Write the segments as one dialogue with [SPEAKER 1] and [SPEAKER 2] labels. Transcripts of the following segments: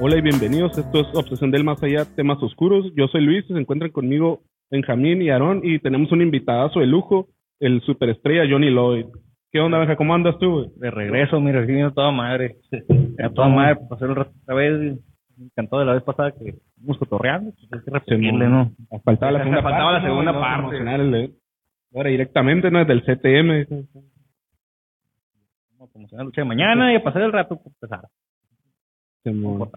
[SPEAKER 1] Hola y bienvenidos. Esto es Obsesión del Más Allá, temas oscuros. Yo soy Luis y se encuentran conmigo Benjamín y Aarón y tenemos un invitadazo de lujo, el superestrella Johnny Lloyd. ¿Qué onda, Benja? ¿Cómo andas tú, güey?
[SPEAKER 2] De regreso, mira, aquí vino toda madre. A toda madre, pasar un rato otra vez. güey. Me encantó de la vez pasada que fuimos cotorreando. pues, hay que repetirle, ¿no?
[SPEAKER 1] Faltaba la segunda
[SPEAKER 2] Faltaba la
[SPEAKER 1] parte.
[SPEAKER 2] segunda
[SPEAKER 1] ¿no?
[SPEAKER 2] parte.
[SPEAKER 1] Promocionar el- Ahora directamente, ¿no? Desde el CTM.
[SPEAKER 2] Vamos a promocionar la lucha de mañana y a pasar el rato pues, para empezar.
[SPEAKER 1] Simón.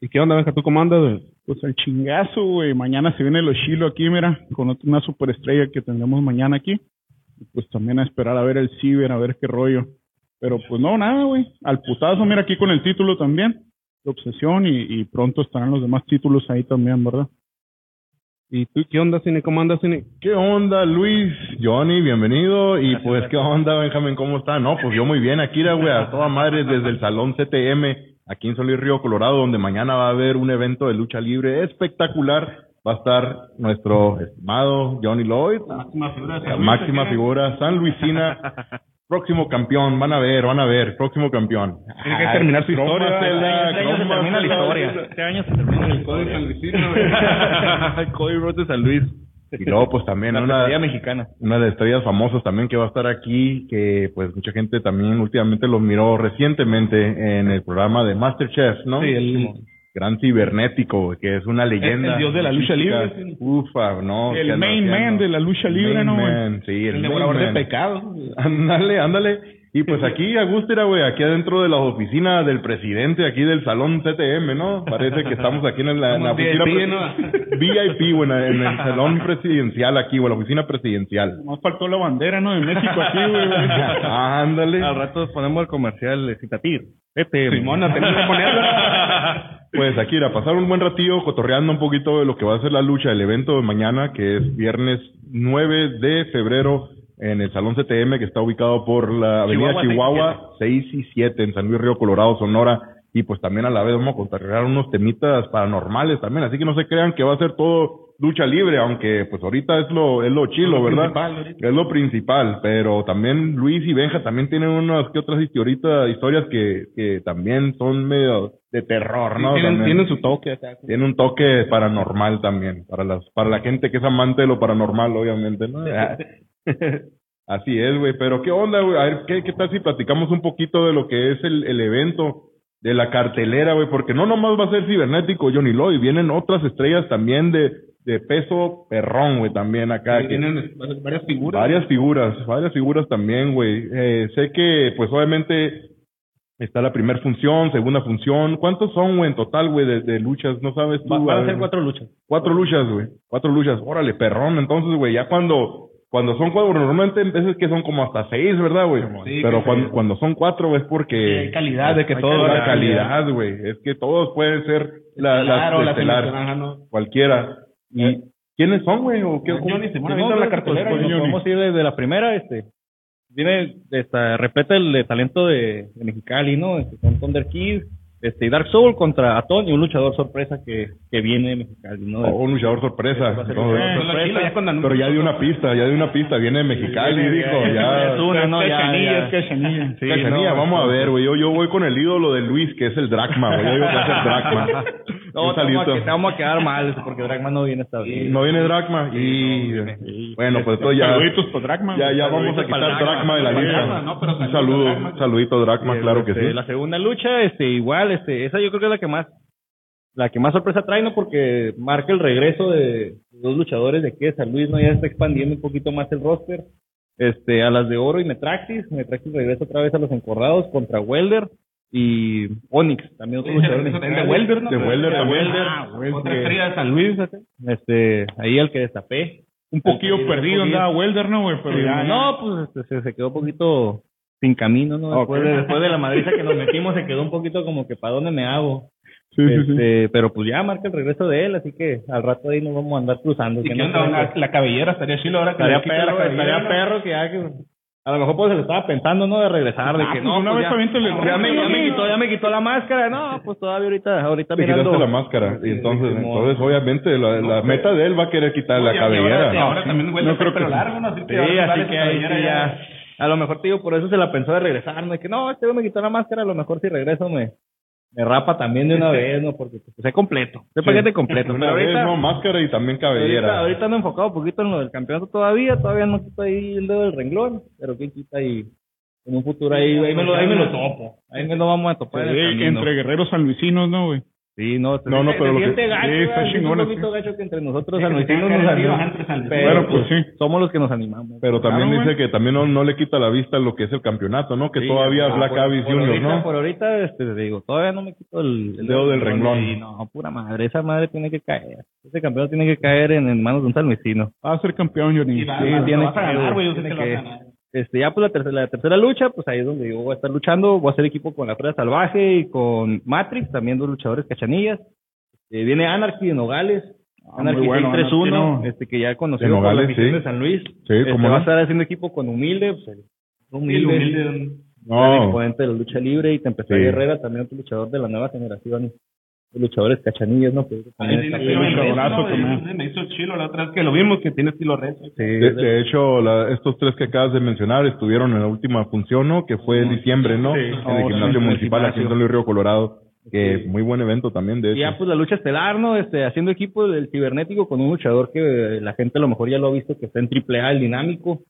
[SPEAKER 1] ¿Y qué onda, Benja? ¿Tú cómo andas, güey?
[SPEAKER 3] Pues al chingazo, güey. Mañana se viene el Oshilo aquí, mira, con ot- una superestrella que tendremos mañana aquí. Y pues también a esperar a ver el Ciber, a ver qué rollo. Pero pues no, nada, güey. Al putazo, mira, aquí con el título también. de Obsesión y, y pronto estarán los demás títulos ahí también, ¿verdad?
[SPEAKER 1] ¿Y tú qué onda, Cine? ¿Cómo andas, Cine?
[SPEAKER 4] ¿Qué onda, Luis? Johnny, bienvenido. Y pues, ¿qué onda, Benjamín? ¿Cómo está? No, pues yo muy bien, Akira, güey, a toda madre, desde el Salón CTM, aquí en Solís Río, Colorado, donde mañana va a haber un evento de lucha libre espectacular. Va a estar nuestro estimado Johnny Lloyd, la máxima figura sanluisina, próximo campeón. Van a ver, van a ver, próximo campeón.
[SPEAKER 1] Tiene que terminar su historia.
[SPEAKER 4] crómatela,
[SPEAKER 2] Este año se termina la historia.
[SPEAKER 4] crómatela.
[SPEAKER 2] Este año se termina la historia.
[SPEAKER 4] Cody Rhodes de San Luis. Y luego, pues también
[SPEAKER 2] La
[SPEAKER 4] una,
[SPEAKER 2] estrella mexicana.
[SPEAKER 4] una de estrellas famosas también que va a estar aquí, que pues mucha gente también últimamente lo miró recientemente en el programa de Masterchef, ¿no?
[SPEAKER 1] Sí, el-
[SPEAKER 4] Gran cibernético, güey, que es una leyenda.
[SPEAKER 1] el dios de la lucha
[SPEAKER 4] mítica.
[SPEAKER 1] libre, sí.
[SPEAKER 4] Ufa, no.
[SPEAKER 3] El
[SPEAKER 4] qué anda
[SPEAKER 3] main
[SPEAKER 4] haciendo.
[SPEAKER 3] man de la lucha libre,
[SPEAKER 4] Main
[SPEAKER 3] ¿no, güey?
[SPEAKER 4] man, Sí, el,
[SPEAKER 1] El
[SPEAKER 4] main
[SPEAKER 1] devorador de
[SPEAKER 4] man.
[SPEAKER 1] pecados.
[SPEAKER 4] Ándale, ándale. Y pues aquí, Agústera, güey, aquí adentro de las oficinas del presidente, aquí del salón CTM, ¿no? Parece que estamos aquí en la, en la
[SPEAKER 1] Somos
[SPEAKER 4] oficina
[SPEAKER 1] VIP,
[SPEAKER 4] pre- VIP, güey, en el salón presidencial aquí, güey, la oficina presidencial.
[SPEAKER 3] Más faltó la bandera, ¿no? De México aquí, güey.
[SPEAKER 4] Ándale.
[SPEAKER 2] Al rato ponemos el comercial de Citatir. Este.
[SPEAKER 1] Simona, tenés que ponerla.
[SPEAKER 4] Pues aquí, a pasar un buen ratillo cotorreando un poquito de lo que va a ser la lucha, el evento de mañana, que es viernes 9 de febrero en el Salón CTM, que está ubicado por la Avenida
[SPEAKER 2] Chihuahua,
[SPEAKER 4] Chihuahua 6 y 7 en San Luis Río Colorado, Sonora. Y pues también a la vez vamos a cotorrear unos temitas paranormales también, así que no se crean que va a ser todo lucha libre, aunque pues ahorita es lo, es lo chilo, ¿verdad?
[SPEAKER 1] principal ahorita.
[SPEAKER 4] Es lo principal, pero también Luis y Benja también tienen unas que otras historita- historias que, que también son medio de terror, ¿no?
[SPEAKER 1] tienen,
[SPEAKER 4] También.
[SPEAKER 1] tienen su toque. o sea,
[SPEAKER 4] Tiene un toque paranormal también, para las para la gente que es amante de lo paranormal, obviamente, ¿no? Ah, Así es, güey, pero ¿qué onda, güey? A ver, ¿qué, ¿qué tal si platicamos un poquito de lo que es el, el evento de la cartelera, güey? Porque no nomás va a ser cibernético Johnny Lloyd, vienen otras estrellas también de, de peso perrón, güey, también acá. que-
[SPEAKER 1] tienen varias figuras.
[SPEAKER 4] Varias figuras, varias figuras también, güey. Eh, sé que, pues obviamente, está la primera función, segunda función. ¿Cuántos son, güey, en total, güey, de, de luchas? No sabes tú.
[SPEAKER 2] Va-
[SPEAKER 4] A
[SPEAKER 2] Van a
[SPEAKER 4] ver,
[SPEAKER 2] ser cuatro luchas.
[SPEAKER 4] cuatro luchas, güey. Cuatro luchas. Órale, perrón. Entonces, güey, ya cuando, cuando son cuatro, normalmente en veces que son como hasta seis, ¿verdad, güey?
[SPEAKER 1] Sí,
[SPEAKER 4] Pero
[SPEAKER 1] que
[SPEAKER 4] cuando,
[SPEAKER 1] seis.
[SPEAKER 4] cuando son cuatro es
[SPEAKER 1] Sí,
[SPEAKER 4] porque...
[SPEAKER 1] hay calidad de que
[SPEAKER 4] hay
[SPEAKER 1] todo
[SPEAKER 4] calidad, calidad, güey. Es que todos pueden ser la, la-
[SPEAKER 1] Claro, la
[SPEAKER 4] estelar,
[SPEAKER 1] selección, ajá, no.
[SPEAKER 4] cualquiera. ¿Y quiénes son, güey? ¿O qué?
[SPEAKER 1] Johnny se pone a
[SPEAKER 4] ¿De
[SPEAKER 1] aventar la
[SPEAKER 4] dónde?
[SPEAKER 1] cartelera,
[SPEAKER 2] Pues
[SPEAKER 4] Pues,
[SPEAKER 1] Johnny.
[SPEAKER 2] nos podemos ir desde la primera, este. Viene, esta, repleta el de talento de, de Mexicali, ¿no? Este, con Thunder Kid, este, y Dark Soul contra Atón y un luchador sorpresa que, que viene de Mexicali, ¿no? Este,
[SPEAKER 4] O Oh, un luchador sorpresa.
[SPEAKER 2] Va a ser
[SPEAKER 4] No,
[SPEAKER 2] luchador
[SPEAKER 4] eh,
[SPEAKER 2] sorpresa.
[SPEAKER 1] Tranquilo, ya cuando
[SPEAKER 4] pero ya dio una pista, ya dio una pista. Viene de Mexicali, dijo. Ya.
[SPEAKER 2] Es una, no, ya, ya.
[SPEAKER 3] Es cachanilla.
[SPEAKER 2] Sí,
[SPEAKER 4] Cachanilla,
[SPEAKER 2] no,
[SPEAKER 4] vamos a ver, güey. Yo, yo voy con el ídolo de Luis, que es el Dracma, güey. Yo digo que es el Dracma.
[SPEAKER 2] No,
[SPEAKER 4] Un
[SPEAKER 2] te vamos, a,
[SPEAKER 4] salito.
[SPEAKER 2] que- te vamos a quedar mal este, porque Dragman no viene esta vez.
[SPEAKER 4] No viene Dracma. Y bueno, pues entonces ya.
[SPEAKER 3] Saluditos para Dracman.
[SPEAKER 4] Ya, ya vamos a
[SPEAKER 2] Saluditos para
[SPEAKER 4] quitar
[SPEAKER 2] Dracma.
[SPEAKER 4] Dracma de la lista. Un saludo, un saludito Dracma,
[SPEAKER 2] Eh,
[SPEAKER 4] Ah, claro que
[SPEAKER 2] este,
[SPEAKER 4] sí.
[SPEAKER 2] La segunda lucha, este, igual, este, esa yo creo que es la que más, la que más sorpresa trae, ¿no? Porque marca el regreso de dos luchadores de aquí de San Luis, ¿no? Ya está expandiendo un poquito más el roster. Este, a las de Oro y Metraxis. Metraxis regresa otra vez a los encordados contra Welder y Onyx, también otro luchador mexicano.
[SPEAKER 1] De Welder, ¿no?
[SPEAKER 4] De Welder, de Welder.
[SPEAKER 1] Ah, Otra estrella de San Luis. Este, acá.
[SPEAKER 2] Este, ahí el que destapé.
[SPEAKER 3] Un poquillo perdido andaba Welder, ¿no, güey? Pero ya,
[SPEAKER 2] No, pues este, se, se quedó un poquito sin camino, ¿no? Después, de, después de la madriza que nos metimos, se quedó un poquito como que, ¿para dónde me hago? este, Pero pues ya marca el regreso de él, así que al rato ahí nos vamos a andar cruzando.
[SPEAKER 1] ¿Y
[SPEAKER 2] que
[SPEAKER 1] qué
[SPEAKER 2] no
[SPEAKER 1] onda?
[SPEAKER 2] creo
[SPEAKER 1] Una-
[SPEAKER 2] que-
[SPEAKER 1] La cabellera estaría chilo ahora que le
[SPEAKER 2] Estaría
[SPEAKER 1] quita la
[SPEAKER 2] perro,
[SPEAKER 1] cabellera,
[SPEAKER 2] estaría
[SPEAKER 1] ¿no?
[SPEAKER 2] perro que ya que... A lo mejor pues se lo estaba pensando, ¿no? De regresar, de
[SPEAKER 3] Ah,
[SPEAKER 2] que
[SPEAKER 3] pues,
[SPEAKER 2] no,
[SPEAKER 3] una
[SPEAKER 2] pues,
[SPEAKER 3] vez
[SPEAKER 2] ya,
[SPEAKER 3] aviéntale-
[SPEAKER 2] ya me, ya me quitó, ya me quitó la máscara, no, pues todavía ahorita, ahorita
[SPEAKER 4] Te
[SPEAKER 2] mirando.
[SPEAKER 4] quitaste la máscara. Y entonces,
[SPEAKER 2] Simón.
[SPEAKER 4] entonces obviamente, la, la meta de él va a querer quitar la
[SPEAKER 1] Y ahora-
[SPEAKER 4] cabellera.
[SPEAKER 1] y Ahora también Welder trae pelo largo, ¿no? Así
[SPEAKER 2] Sí,
[SPEAKER 1] que ahora sale
[SPEAKER 2] así
[SPEAKER 1] su
[SPEAKER 2] que ahí
[SPEAKER 1] cabellera
[SPEAKER 2] sí ya. A lo mejor, te digo, por eso se la pensó de regresar. No es que no, este güey me quitó la máscara. A lo mejor si regreso me, me rapa también de una vez, ¿no? Porque pues, es completo, es paquete completo.
[SPEAKER 4] Una
[SPEAKER 2] Pero
[SPEAKER 4] vez,
[SPEAKER 2] ahorita,
[SPEAKER 4] no, máscara y también
[SPEAKER 2] ahorita,
[SPEAKER 4] cabellera.
[SPEAKER 2] ahorita ando enfocado un poquito en lo del campeonato todavía, todavía no quito ahí el dedo del renglón, pero que quita ahí en un futuro ahí, ahí me lo, ahí me lo topo, ahí me lo vamos a topar. en el
[SPEAKER 3] Sí,
[SPEAKER 2] camino.
[SPEAKER 3] entre guerreros sanluisinos, ¿no, güey?
[SPEAKER 2] Sí, no,
[SPEAKER 4] No, no,
[SPEAKER 2] se- se
[SPEAKER 4] pero lo que-
[SPEAKER 2] siente gacho,
[SPEAKER 3] sí,
[SPEAKER 2] güey,
[SPEAKER 3] está
[SPEAKER 2] se siente
[SPEAKER 3] chingón,
[SPEAKER 2] un poquito gacho que entre nosotros
[SPEAKER 5] Sí, que se
[SPEAKER 2] sanluisinos
[SPEAKER 5] tengan
[SPEAKER 2] nos
[SPEAKER 5] que decir,
[SPEAKER 2] animamos,
[SPEAKER 5] "Bajan tres al-
[SPEAKER 2] pero
[SPEAKER 3] Bueno, pues sí.
[SPEAKER 2] somos los que nos animamos.
[SPEAKER 4] Eh, Pero también
[SPEAKER 3] Claro,
[SPEAKER 4] dice
[SPEAKER 3] güey.
[SPEAKER 4] que también no, no le quita la vista lo que es el campeonato, ¿no? Que
[SPEAKER 2] Sí,
[SPEAKER 4] todavía
[SPEAKER 2] no,
[SPEAKER 4] Black
[SPEAKER 2] por-
[SPEAKER 4] Abyss
[SPEAKER 2] por
[SPEAKER 4] Junior,
[SPEAKER 2] ahorita-
[SPEAKER 4] ¿no?
[SPEAKER 2] Por ahorita, este, te digo, todavía no me quito el,
[SPEAKER 4] El dedo del renglón.
[SPEAKER 2] Sí, no, pura madre, esa madre tiene que caer. Ese campeón tiene que caer en, en manos de un salmicino.
[SPEAKER 3] Va a ser campeón, Johnny.
[SPEAKER 5] Y va,
[SPEAKER 2] Sí,
[SPEAKER 5] va- lo
[SPEAKER 2] tiene
[SPEAKER 5] vas a
[SPEAKER 2] que,
[SPEAKER 5] ganar, güey, yo sé que
[SPEAKER 2] tiene
[SPEAKER 5] lo vas a
[SPEAKER 2] que-
[SPEAKER 5] ganar.
[SPEAKER 2] Este, ya pues la tercera, la tercera lucha, pues ahí es donde yo voy a estar luchando, voy a hacer equipo con la Freda Salvaje y con Matrix, también dos luchadores cachanillas. Este, viene Anarchy de Nogales,
[SPEAKER 3] Ah,
[SPEAKER 2] Anarchy
[SPEAKER 3] muy bueno,
[SPEAKER 2] 631,
[SPEAKER 3] Anarchy, no.
[SPEAKER 2] este que ya conocido
[SPEAKER 4] De
[SPEAKER 2] por la
[SPEAKER 4] Nogales,
[SPEAKER 2] afición
[SPEAKER 4] sí.
[SPEAKER 2] de San Luis.
[SPEAKER 4] Sí,
[SPEAKER 2] Este,
[SPEAKER 4] cómo
[SPEAKER 2] va a
[SPEAKER 4] no.
[SPEAKER 2] estar haciendo equipo con Humilde, pues, el-
[SPEAKER 5] El
[SPEAKER 2] Humilde,
[SPEAKER 5] humilde don-
[SPEAKER 2] gran
[SPEAKER 4] No,
[SPEAKER 2] exponente de la lucha libre y Tempestad
[SPEAKER 4] Sí.
[SPEAKER 2] Guerrera, también otro luchador de la nueva generación, de luchadores cachanillas, ¿no? Que también
[SPEAKER 5] el-
[SPEAKER 2] está-
[SPEAKER 5] el-
[SPEAKER 3] bien,
[SPEAKER 5] el- el-
[SPEAKER 3] abrazo
[SPEAKER 5] el-
[SPEAKER 3] que
[SPEAKER 5] Me hizo chilo la otra vez que lo vimos, que tiene estilo rezo.
[SPEAKER 4] de, de hecho, la- estos tres que acabas de mencionar estuvieron en la última función, ¿no? Que fue en diciembre, ¿no? En el
[SPEAKER 3] Oh, sí, en
[SPEAKER 4] gimnasio
[SPEAKER 3] el
[SPEAKER 4] municipal aquí
[SPEAKER 3] gimnasio.
[SPEAKER 4] en San Luis Río Colorado. Que muy buen evento también, de
[SPEAKER 2] Y ya
[SPEAKER 4] hecho.
[SPEAKER 2] pues la lucha estelar, ¿no? Este, haciendo equipo del cibernético con un luchador que eh, la gente a lo mejor ya lo ha visto que está en triple A, el dinámico.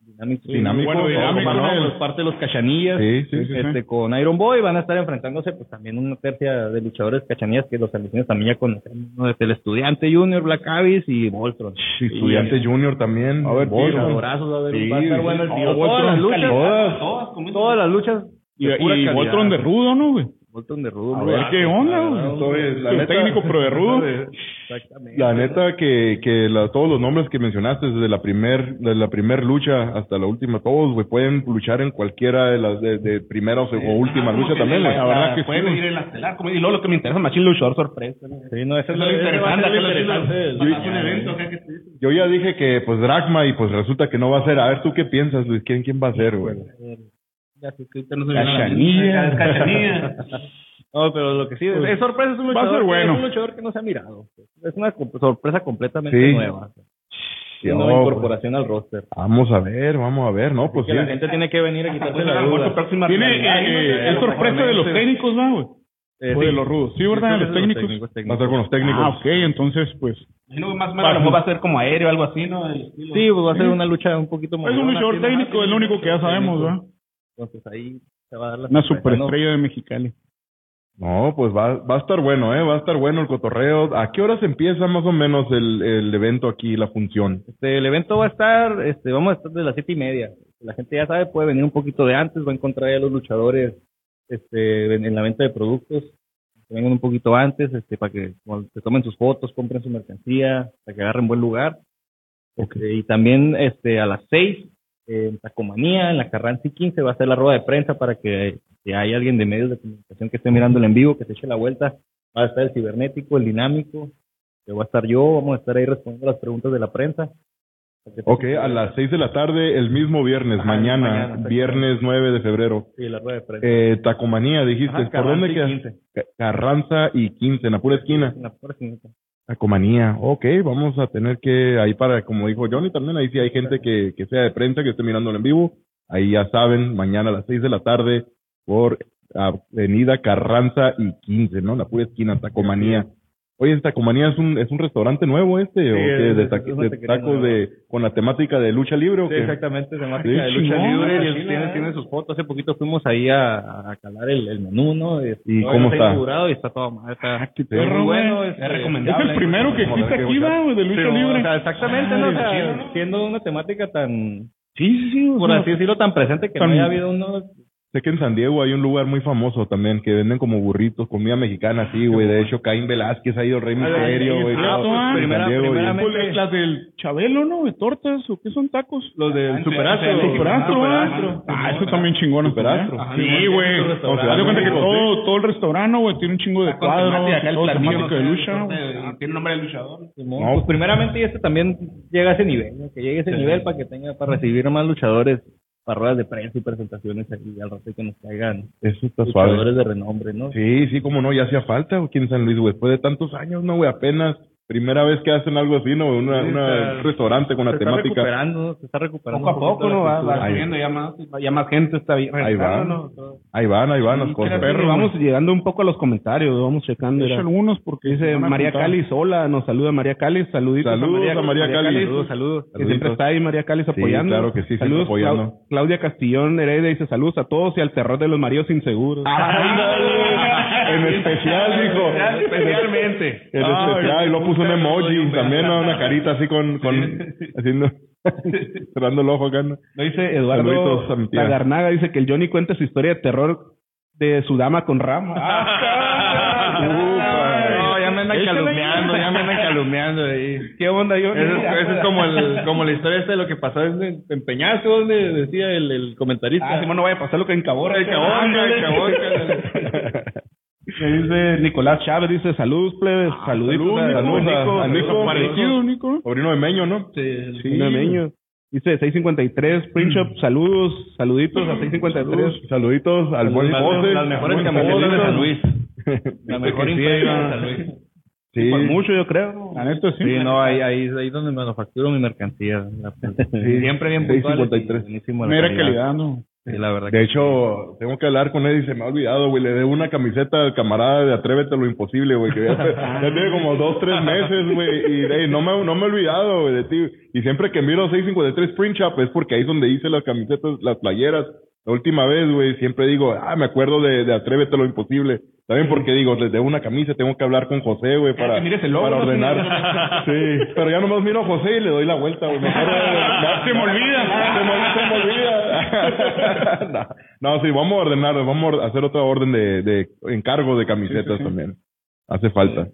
[SPEAKER 2] Dinámico.
[SPEAKER 4] Dinámico,
[SPEAKER 3] bueno, dinámico,
[SPEAKER 2] Parte de
[SPEAKER 3] ¿no?
[SPEAKER 2] los- parte de los cachanillas.
[SPEAKER 4] Sí, sí, sí.
[SPEAKER 2] este, con Iron Boy van a estar enfrentándose pues también una tercia de luchadores cachanillas que los alicinos también ya conocen, ¿no? Desde el estudiante Junior, Black Abyss pues, y Voltron.
[SPEAKER 4] Y Estudiante Junior también.
[SPEAKER 3] A ver,
[SPEAKER 4] Bolsa.
[SPEAKER 2] Luchadorazos, va a haber-
[SPEAKER 4] Sí,
[SPEAKER 2] va a estar
[SPEAKER 4] sí.
[SPEAKER 2] bueno el tiro.
[SPEAKER 3] Oh,
[SPEAKER 2] Todas
[SPEAKER 3] Voltron,
[SPEAKER 2] las luchas,
[SPEAKER 4] todas.
[SPEAKER 5] Todas, como dice.
[SPEAKER 2] todas las luchas.
[SPEAKER 3] Y,
[SPEAKER 2] de pura
[SPEAKER 3] y
[SPEAKER 2] calidad.
[SPEAKER 3] Voltron de rudo, ¿no, güey?
[SPEAKER 2] Voltron de Rudo.
[SPEAKER 3] A
[SPEAKER 2] güey.
[SPEAKER 3] ver qué onda,
[SPEAKER 2] Ah,
[SPEAKER 3] güey.
[SPEAKER 4] Entonces, la
[SPEAKER 3] El
[SPEAKER 4] neta-
[SPEAKER 3] técnico pro de rudo.
[SPEAKER 2] Exactamente.
[SPEAKER 3] Pues,
[SPEAKER 4] La
[SPEAKER 3] eh,
[SPEAKER 4] neta que, que la- todos los nombres que mencionaste, desde la primer, desde la primer lucha hasta la última, todos, güey, pueden luchar en cualquiera de las de, de primera o, se- o última
[SPEAKER 5] Como
[SPEAKER 4] lucha
[SPEAKER 5] que
[SPEAKER 4] también,
[SPEAKER 5] la-
[SPEAKER 4] güey. La verdad que
[SPEAKER 5] Puede
[SPEAKER 4] sí,
[SPEAKER 5] venir el estelar. como- Y luego lo que me interesa, machín luchador sorpresa. ¿no?
[SPEAKER 2] Sí, no, eso
[SPEAKER 5] Es lo interesante, es lo interesante.
[SPEAKER 2] Luis.
[SPEAKER 5] Pasas un evento acá que te dice,
[SPEAKER 4] Yo ya dije que, pues, Dragma, y pues resulta que no va a ser. A ver, ¿tú qué piensas, Luis? ¿Quién, quién va a ser, güey?
[SPEAKER 2] Ya sé que-
[SPEAKER 5] ahorita no se viene a la
[SPEAKER 3] Cachanilla.
[SPEAKER 5] mente, Cachanilla.
[SPEAKER 2] No, pero lo que sí es, es sorpresa, es un
[SPEAKER 3] Va a
[SPEAKER 2] luchador,
[SPEAKER 3] ser
[SPEAKER 2] que-
[SPEAKER 3] bueno.
[SPEAKER 2] es un luchador que no se ha mirado. pues. Es una comp- sorpresa completamente
[SPEAKER 4] Sí.
[SPEAKER 2] nueva. pues.
[SPEAKER 4] Sí,
[SPEAKER 2] una
[SPEAKER 4] no,
[SPEAKER 2] nueva
[SPEAKER 4] güey.
[SPEAKER 2] incorporación al roster.
[SPEAKER 4] Vamos a ver, vamos a ver, ¿no? Pues
[SPEAKER 2] que
[SPEAKER 4] sí.
[SPEAKER 2] la gente tiene que venir a
[SPEAKER 3] Ah,
[SPEAKER 2] quitarse
[SPEAKER 5] Pues, a
[SPEAKER 2] la
[SPEAKER 5] lo mejor
[SPEAKER 2] duda.
[SPEAKER 5] su próxima
[SPEAKER 3] Tiene,
[SPEAKER 5] rivalidad, ¿no?
[SPEAKER 3] eh, eh, es sorpresa de los técnicos, ¿no, güey?
[SPEAKER 2] Eh,
[SPEAKER 3] O
[SPEAKER 2] sí.
[SPEAKER 3] de los rudos. Sí,
[SPEAKER 2] Sí,
[SPEAKER 3] ¿verdad?
[SPEAKER 2] es de
[SPEAKER 3] Los técnicos.
[SPEAKER 4] Va a ser con los técnicos.
[SPEAKER 3] Ah, ok, entonces, pues.
[SPEAKER 5] Imagino que más o menos a lo mejor va a ser como aéreo, algo así, ¿no? El estilo.
[SPEAKER 2] Sí, pues va a ser una lucha un poquito más.
[SPEAKER 3] Es un luchador
[SPEAKER 2] moderna,
[SPEAKER 3] técnico, es lo único que ya sabemos, ¿verdad?
[SPEAKER 2] Entonces ahí se va a dar la
[SPEAKER 3] Una
[SPEAKER 2] sorpresa, ¿no?
[SPEAKER 3] superestrella de Mexicali.
[SPEAKER 4] No, pues va, va a estar bueno, ¿eh? Va a estar bueno el cotorreo. ¿A qué horas empieza más o menos el, el evento aquí, la función?
[SPEAKER 2] Este, el evento va a estar, este, vamos a estar de las siete y media. La gente ya sabe, puede venir un poquito de antes, va a encontrar a los luchadores, este, en, en la venta de productos, que vengan un poquito antes, este, para que como, se tomen sus fotos, compren su mercancía, para que agarren buen lugar. Este, y también, este, a las seis, eh, en Tacomanía, en la Carranza y 15, va a ser la rueda de prensa para que si hay alguien de medios de comunicación que esté mirando el en vivo, que se eche la vuelta, va a estar el cibernético, el dinámico, que va a estar yo, vamos a estar ahí respondiendo las preguntas de la prensa.
[SPEAKER 4] Ok, a las 6 de la tarde el mismo viernes,
[SPEAKER 2] Ajá,
[SPEAKER 4] mañana,
[SPEAKER 2] mañana, exacto.
[SPEAKER 4] viernes 9 de febrero.
[SPEAKER 2] Sí, la rueda de prensa.
[SPEAKER 4] Eh, Tacomanía, dijiste.
[SPEAKER 2] Ajá,
[SPEAKER 4] ¿Por dónde
[SPEAKER 2] Carranza y
[SPEAKER 4] queda?
[SPEAKER 2] 15,
[SPEAKER 4] Ca- Carranza y 15, en la pura esquina.
[SPEAKER 2] en la pura esquinita.
[SPEAKER 4] Tacomanía, ok, vamos a tener que, ahí para, como dijo Johnny también, ahí sí hay gente que, que sea de prensa, que esté mirándolo en vivo, ahí ya saben, mañana a las 6 de la tarde por Avenida Carranza y 15, ¿no? La pura esquina, Tacomanía. Oye, ¿en Tacomanía es un, es un restaurante nuevo este, o qué?
[SPEAKER 2] es-
[SPEAKER 4] de,
[SPEAKER 2] es
[SPEAKER 4] taqui-
[SPEAKER 2] una
[SPEAKER 4] de
[SPEAKER 2] taquería
[SPEAKER 4] tacos de, con la temática de lucha libre o
[SPEAKER 2] Sí,
[SPEAKER 4] qué?
[SPEAKER 2] exactamente, se marca
[SPEAKER 4] Sí,
[SPEAKER 2] de lucha
[SPEAKER 3] chingón,
[SPEAKER 2] libre y
[SPEAKER 3] la
[SPEAKER 2] él
[SPEAKER 3] chila,
[SPEAKER 2] tiene,
[SPEAKER 3] eh.
[SPEAKER 2] tiene sus fotos. Hace poquito fuimos ahí a, a calar el, el menú, ¿no?
[SPEAKER 4] ¿Y
[SPEAKER 2] Todavía
[SPEAKER 4] cómo
[SPEAKER 2] no
[SPEAKER 4] está?
[SPEAKER 2] inaugurado y está todo mal. Está,
[SPEAKER 4] perro,
[SPEAKER 2] muy bueno,
[SPEAKER 3] güey.
[SPEAKER 2] este,
[SPEAKER 5] Es
[SPEAKER 3] Es
[SPEAKER 5] recomendable.
[SPEAKER 3] el primero que existe
[SPEAKER 4] Madre,
[SPEAKER 3] aquí,
[SPEAKER 4] qué
[SPEAKER 3] va, güey, de
[SPEAKER 2] Sí,
[SPEAKER 3] lucha
[SPEAKER 2] o
[SPEAKER 3] libre.
[SPEAKER 2] sea, exactamente, ¿no? O sea,
[SPEAKER 5] Madre, chido, ¿no?
[SPEAKER 2] siendo una temática tan,
[SPEAKER 3] Sí, sí,
[SPEAKER 1] Pues
[SPEAKER 3] sí. o
[SPEAKER 2] por
[SPEAKER 3] sea,
[SPEAKER 2] así decirlo, tan presente que
[SPEAKER 3] tan-
[SPEAKER 2] no haya habido uno.
[SPEAKER 4] Sé que en San Diego hay un lugar muy famoso también que venden como burritos, comida mexicana, sí, güey. De hecho, Caín Velázquez ha ido Rey Misterio, güey.
[SPEAKER 3] sí,
[SPEAKER 4] Ah,
[SPEAKER 3] cierto,
[SPEAKER 4] pues,
[SPEAKER 3] ah.
[SPEAKER 4] en
[SPEAKER 2] Primera-
[SPEAKER 4] San Diego, y-
[SPEAKER 2] primeramente-
[SPEAKER 3] pues, Las del Chabelo, ¿no? De tortas, ¿o qué son tacos? Los del
[SPEAKER 5] Superastro.
[SPEAKER 3] Superastro,
[SPEAKER 5] Superastro.
[SPEAKER 3] ah. Ah, eso también chingón.
[SPEAKER 4] Superastro.
[SPEAKER 5] Ajá,
[SPEAKER 3] Sí,
[SPEAKER 5] no,
[SPEAKER 3] güey.
[SPEAKER 5] no,
[SPEAKER 3] O sea, Ah, haz de cuenta que
[SPEAKER 4] no,
[SPEAKER 3] todo, todo el restaurante, güey, tiene un chingo de
[SPEAKER 5] Ah, Con
[SPEAKER 3] cuadros,
[SPEAKER 5] temática, acá el
[SPEAKER 3] todo
[SPEAKER 5] platillo,
[SPEAKER 3] temático de
[SPEAKER 5] no sé,
[SPEAKER 3] lucha, güey.
[SPEAKER 5] corte, Tiene nombre de luchador.
[SPEAKER 2] Simón.
[SPEAKER 4] No.
[SPEAKER 2] Pues primeramente, y este también llega a ese nivel, ¿no? que llegue a ese nivel para que tenga, para recibir más luchadores, para ruedas de prensa y presentaciones aquí al rato y que nos caigan
[SPEAKER 4] Eso está Pues suave.
[SPEAKER 2] luchadores de renombre, ¿no?
[SPEAKER 4] Sí, sí, como no, ya hacía falta güey, aquí en San Luis, güey. Después de tantos años, no, güey, apenas Primera vez que hacen algo así, ¿no? Una,
[SPEAKER 2] Sí,
[SPEAKER 4] una-
[SPEAKER 2] está-
[SPEAKER 4] un restaurante con la
[SPEAKER 2] Se está
[SPEAKER 4] temática.
[SPEAKER 2] recuperando, ¿no? se está recuperando.
[SPEAKER 5] Poco a
[SPEAKER 2] un
[SPEAKER 5] poco,
[SPEAKER 2] poquito
[SPEAKER 5] ¿no?
[SPEAKER 2] la
[SPEAKER 5] Va,
[SPEAKER 2] cultura.
[SPEAKER 5] va subiendo ya más, ya más gente está bien.
[SPEAKER 4] Ahí va. Ahí van, ahí van las cosas.
[SPEAKER 1] Pero
[SPEAKER 4] vamos.
[SPEAKER 1] vamos llegando un poco a los comentarios, vamos checando.
[SPEAKER 3] Echa
[SPEAKER 1] era.
[SPEAKER 3] algunos porque
[SPEAKER 1] Dice
[SPEAKER 3] van a
[SPEAKER 1] María
[SPEAKER 3] contar.
[SPEAKER 1] Cáliz, hola, nos saluda María Cáliz, saluditos
[SPEAKER 4] Saludos a María Cáliz.
[SPEAKER 1] Saludos, saludos. Que
[SPEAKER 4] Saluditos.
[SPEAKER 1] siempre está ahí María Cáliz apoyando.
[SPEAKER 4] claro que sí, siempre
[SPEAKER 1] saludos,
[SPEAKER 4] apoyando.
[SPEAKER 1] Clau- Claudia Castellón Heredia dice saludos a todos y al terror de los maridos inseguros.
[SPEAKER 4] En especial, dijo.
[SPEAKER 5] Especialmente. Ah,
[SPEAKER 4] En especial, Ah, y lo puso un emoji también, ¿no? una carita así con, con haciendo, cerrando el ojo acá. ¿no?
[SPEAKER 1] Lo dice Eduardo
[SPEAKER 4] Saluditos a mi tía.
[SPEAKER 1] Tagarnaga, dice que el Johnny cuenta su historia de terror de su dama con rama.
[SPEAKER 2] No, ya me andan calumniando, ya me andan calumniando ahí.
[SPEAKER 1] ¿Qué onda, Johnny?
[SPEAKER 2] Eso es, eso es
[SPEAKER 1] Ah,
[SPEAKER 2] como, el, como la historia esta de lo que pasó en, en Peñasco, donde decía el, el comentarista.
[SPEAKER 1] Ah, sí, bueno, no vaya a pasar lo que en Cabo.
[SPEAKER 2] Ay, cabrón, ay, cabrón, cabrón.
[SPEAKER 1] Me dice Nicolás Chávez, dice saludos, plebes, saluditos
[SPEAKER 4] salud,
[SPEAKER 1] a-
[SPEAKER 4] Nico,
[SPEAKER 1] saludos a-
[SPEAKER 4] Nico,
[SPEAKER 1] a Nico,
[SPEAKER 4] saludos a
[SPEAKER 1] Nico.
[SPEAKER 3] Parecido, Nico.
[SPEAKER 4] Sobrino de Meño, ¿no?
[SPEAKER 1] Sí, nameño. Dice 653, Print Shop, saludos, saluditos a 653.
[SPEAKER 4] Saluditos al buen
[SPEAKER 2] Las-
[SPEAKER 4] José.
[SPEAKER 2] Las mejores
[SPEAKER 4] Buen
[SPEAKER 2] camisetas de
[SPEAKER 4] José.
[SPEAKER 2] San Luis. La mejor imprenta de San Luis.
[SPEAKER 4] Sí,
[SPEAKER 1] Por mucho, yo creo.
[SPEAKER 3] La neta, sí.
[SPEAKER 2] Pues, Sí, no, ahí, ahí, ahí es donde manufacturo mi mercancía. La- Siempre bien puntual.
[SPEAKER 4] 6.53.
[SPEAKER 3] Mera calidad, no.
[SPEAKER 2] la verdad.
[SPEAKER 4] De hecho, tengo que hablar con él y se me ha olvidado, güey. Le debo una camiseta al camarada de Atrévete a lo Imposible, güey. Que ya, ya tiene como dos, tres meses, güey. Y ey, no, me, no me he olvidado, güey, de ti. Y siempre que miro 653 Print Shop es porque ahí es donde hice las camisetas, las playeras. La última vez, güey, siempre digo, ah, me acuerdo de, de Atrévete a lo Imposible. También porque digo, les debo una camisa, tengo que hablar con José, güey,
[SPEAKER 5] Ah,
[SPEAKER 4] para,
[SPEAKER 5] que mires el logo,
[SPEAKER 4] para
[SPEAKER 5] ¿no?
[SPEAKER 4] ordenar. sí, pero ya nomás miro a José y le doy la vuelta, güey. Mejor, eh,
[SPEAKER 2] Se me olvida.
[SPEAKER 4] se me, se me olvida. no, no, sí, vamos a ordenar, vamos a or- hacer otra orden de, de encargo de camisetas también. Hace falta.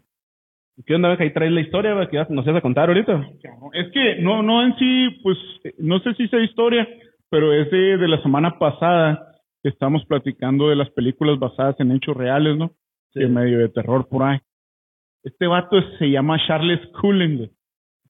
[SPEAKER 1] ¿Qué onda, que ahí traes la historia va, que ya nos vas a contar ahorita?
[SPEAKER 3] Es que no, no en sí, pues, eh, no sé si sea historia, pero es de, de la semana pasada que estamos platicando de las películas basadas en hechos reales, ¿no? De medio de terror por ahí. Este vato se llama Charles Cullen. güey.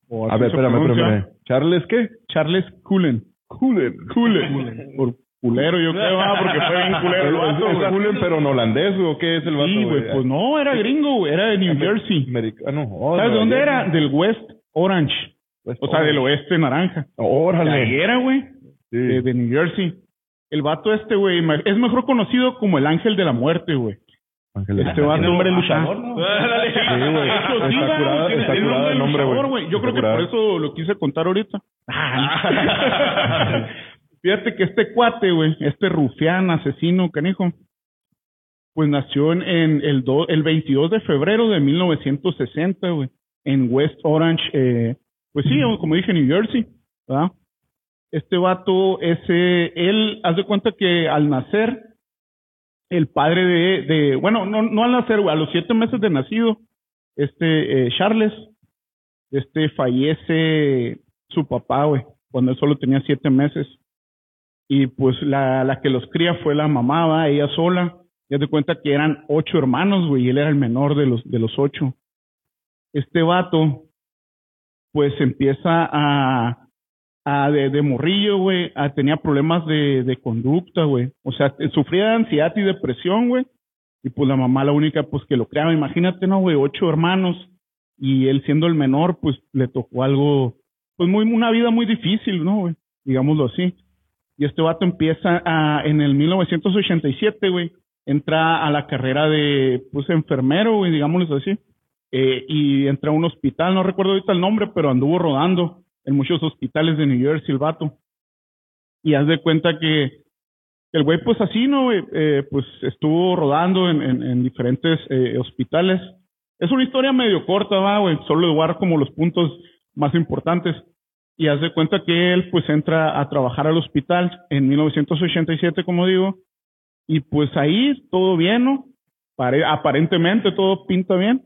[SPEAKER 3] O
[SPEAKER 4] A
[SPEAKER 3] así
[SPEAKER 4] ver,
[SPEAKER 3] se
[SPEAKER 4] espérame,
[SPEAKER 3] pronuncia.
[SPEAKER 4] espérame. ¿Charles qué?
[SPEAKER 3] Charles Cullen.
[SPEAKER 4] Cullen.
[SPEAKER 3] Cullen. Por culero, yo creo, ah, porque fue bien culero el vato,
[SPEAKER 4] ¿Es, es
[SPEAKER 3] güey.
[SPEAKER 4] Cullen, pero en holandés o qué es el vato?
[SPEAKER 3] Sí, güey,
[SPEAKER 4] güey?
[SPEAKER 3] pues no, era gringo, güey, era de New Jersey.
[SPEAKER 4] Americano. Oh,
[SPEAKER 3] ¿Sabes de
[SPEAKER 4] Nueva
[SPEAKER 3] dónde
[SPEAKER 4] York.
[SPEAKER 3] era? Del West Orange.
[SPEAKER 4] Pues,
[SPEAKER 3] O sea, del
[SPEAKER 4] órale.
[SPEAKER 3] oeste naranja. De ahí
[SPEAKER 4] Órale.
[SPEAKER 3] era, güey.
[SPEAKER 4] Sí.
[SPEAKER 3] de, de New Jersey. El vato este, güey, me- es mejor conocido como el ángel de la muerte, güey.
[SPEAKER 4] Ángel.
[SPEAKER 3] Este vato. hombre luchador,
[SPEAKER 4] Sí, güey. Está curada, está curada el nombre, güey.
[SPEAKER 3] Yo
[SPEAKER 4] Está
[SPEAKER 3] creo que
[SPEAKER 4] curada.
[SPEAKER 3] por eso lo quise contar ahorita. Fíjate que este cuate, güey, este rufián, asesino, canijo, pues nació en, en el, do- el 22 de febrero de 1960, güey, en West Orange, eh, pues sí, o como dije, New Jersey, ¿verdad? Este vato, ese, él, haz de cuenta que al nacer, el padre de, de bueno, no, no al nacer, güey, a los siete meses de nacido, este eh, Charles, este fallece su papá, güey, cuando él solo tenía siete meses. Y pues la, la que los cría fue la mamá, va, ella sola. Ya te cuenta que eran ocho hermanos, güey, y él era el menor de los, de los ocho. Este vato, pues empieza a, a de, de morrillo, güey, a- tenía problemas de, de conducta, güey. O sea, sufría de ansiedad y depresión, güey. Y pues la mamá la única, pues que lo creaba. Imagínate, ¿no, güey? Ocho hermanos. Y él siendo el menor, pues le tocó algo, pues muy, una vida muy difícil, ¿no, güey? Digámoslo así. Y este vato empieza a, en el 1987, güey. Entra a la carrera de, pues, enfermero, güey, digámoslo así. Eh, y entra a un hospital, no recuerdo ahorita el nombre, pero anduvo rodando en muchos hospitales de New Jersey el vato. Y haz de cuenta que el güey, pues así, ¿no? güey? Eh, pues estuvo rodando en, en, en diferentes eh, hospitales. Es una historia medio corta, va, güey. Solo le voy a dar como los puntos más importantes. Y haz de cuenta que él, pues, entra a trabajar al hospital en 1987, como digo. Y pues ahí todo bien, ¿no? Pare- aparentemente todo pinta bien.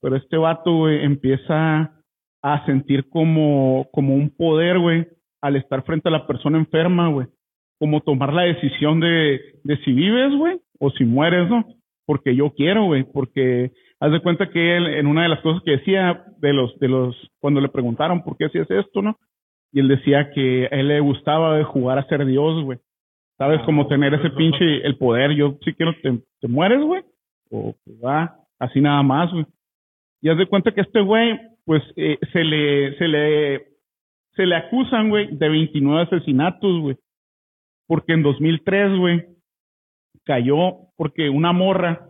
[SPEAKER 3] Pero este vato, güey, empieza a sentir como, como un poder, güey, al estar frente a la persona enferma, güey como tomar la decisión de, de si vives, güey, o si mueres, ¿no? Porque yo quiero, güey, porque haz de cuenta que él, en una de las cosas que decía de los, de los, cuando le preguntaron por qué hacías esto, ¿no? Y él decía que a él le gustaba güey, jugar a ser Dios, güey.
[SPEAKER 4] Ah,
[SPEAKER 3] ¿Sabes? como tener ese pinche, el poder, yo sí quiero, te, te mueres, güey, o pues, va, así nada más, güey. Y haz de cuenta que este güey, pues, eh, se le, se le, se le acusan, güey, de 29 asesinatos, güey. Porque en 2003, güey, cayó porque una morra,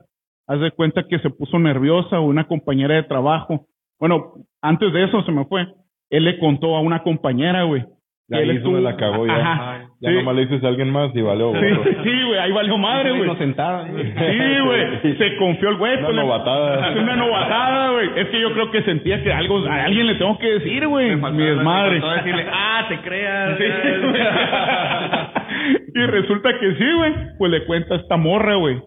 [SPEAKER 3] haz de cuenta que se puso nerviosa, una compañera de trabajo. Bueno, antes de eso se me fue. Él le contó a una compañera, güey. que
[SPEAKER 4] Ya
[SPEAKER 3] él
[SPEAKER 4] hizo, me
[SPEAKER 3] estuvo-
[SPEAKER 4] la cagó ya.
[SPEAKER 3] Ajá.
[SPEAKER 4] Ya
[SPEAKER 3] Sí.
[SPEAKER 4] nomás le dices a alguien más y valió.
[SPEAKER 3] Sí,
[SPEAKER 4] gorro.
[SPEAKER 3] sí, güey, ahí valió madre, güey.
[SPEAKER 1] Inocentada. ¿eh?
[SPEAKER 3] Sí, güey. Se confió el güey.
[SPEAKER 4] Una
[SPEAKER 3] pues, le-
[SPEAKER 4] novatada.
[SPEAKER 3] Una novatada, güey. Es que yo creo que sentía que algo, a alguien le tengo que decir, güey. Mi desmadre.
[SPEAKER 2] ah, te creas.
[SPEAKER 3] Sí, güey. y resulta que sí, güey. Pues le cuenta esta morra, güey.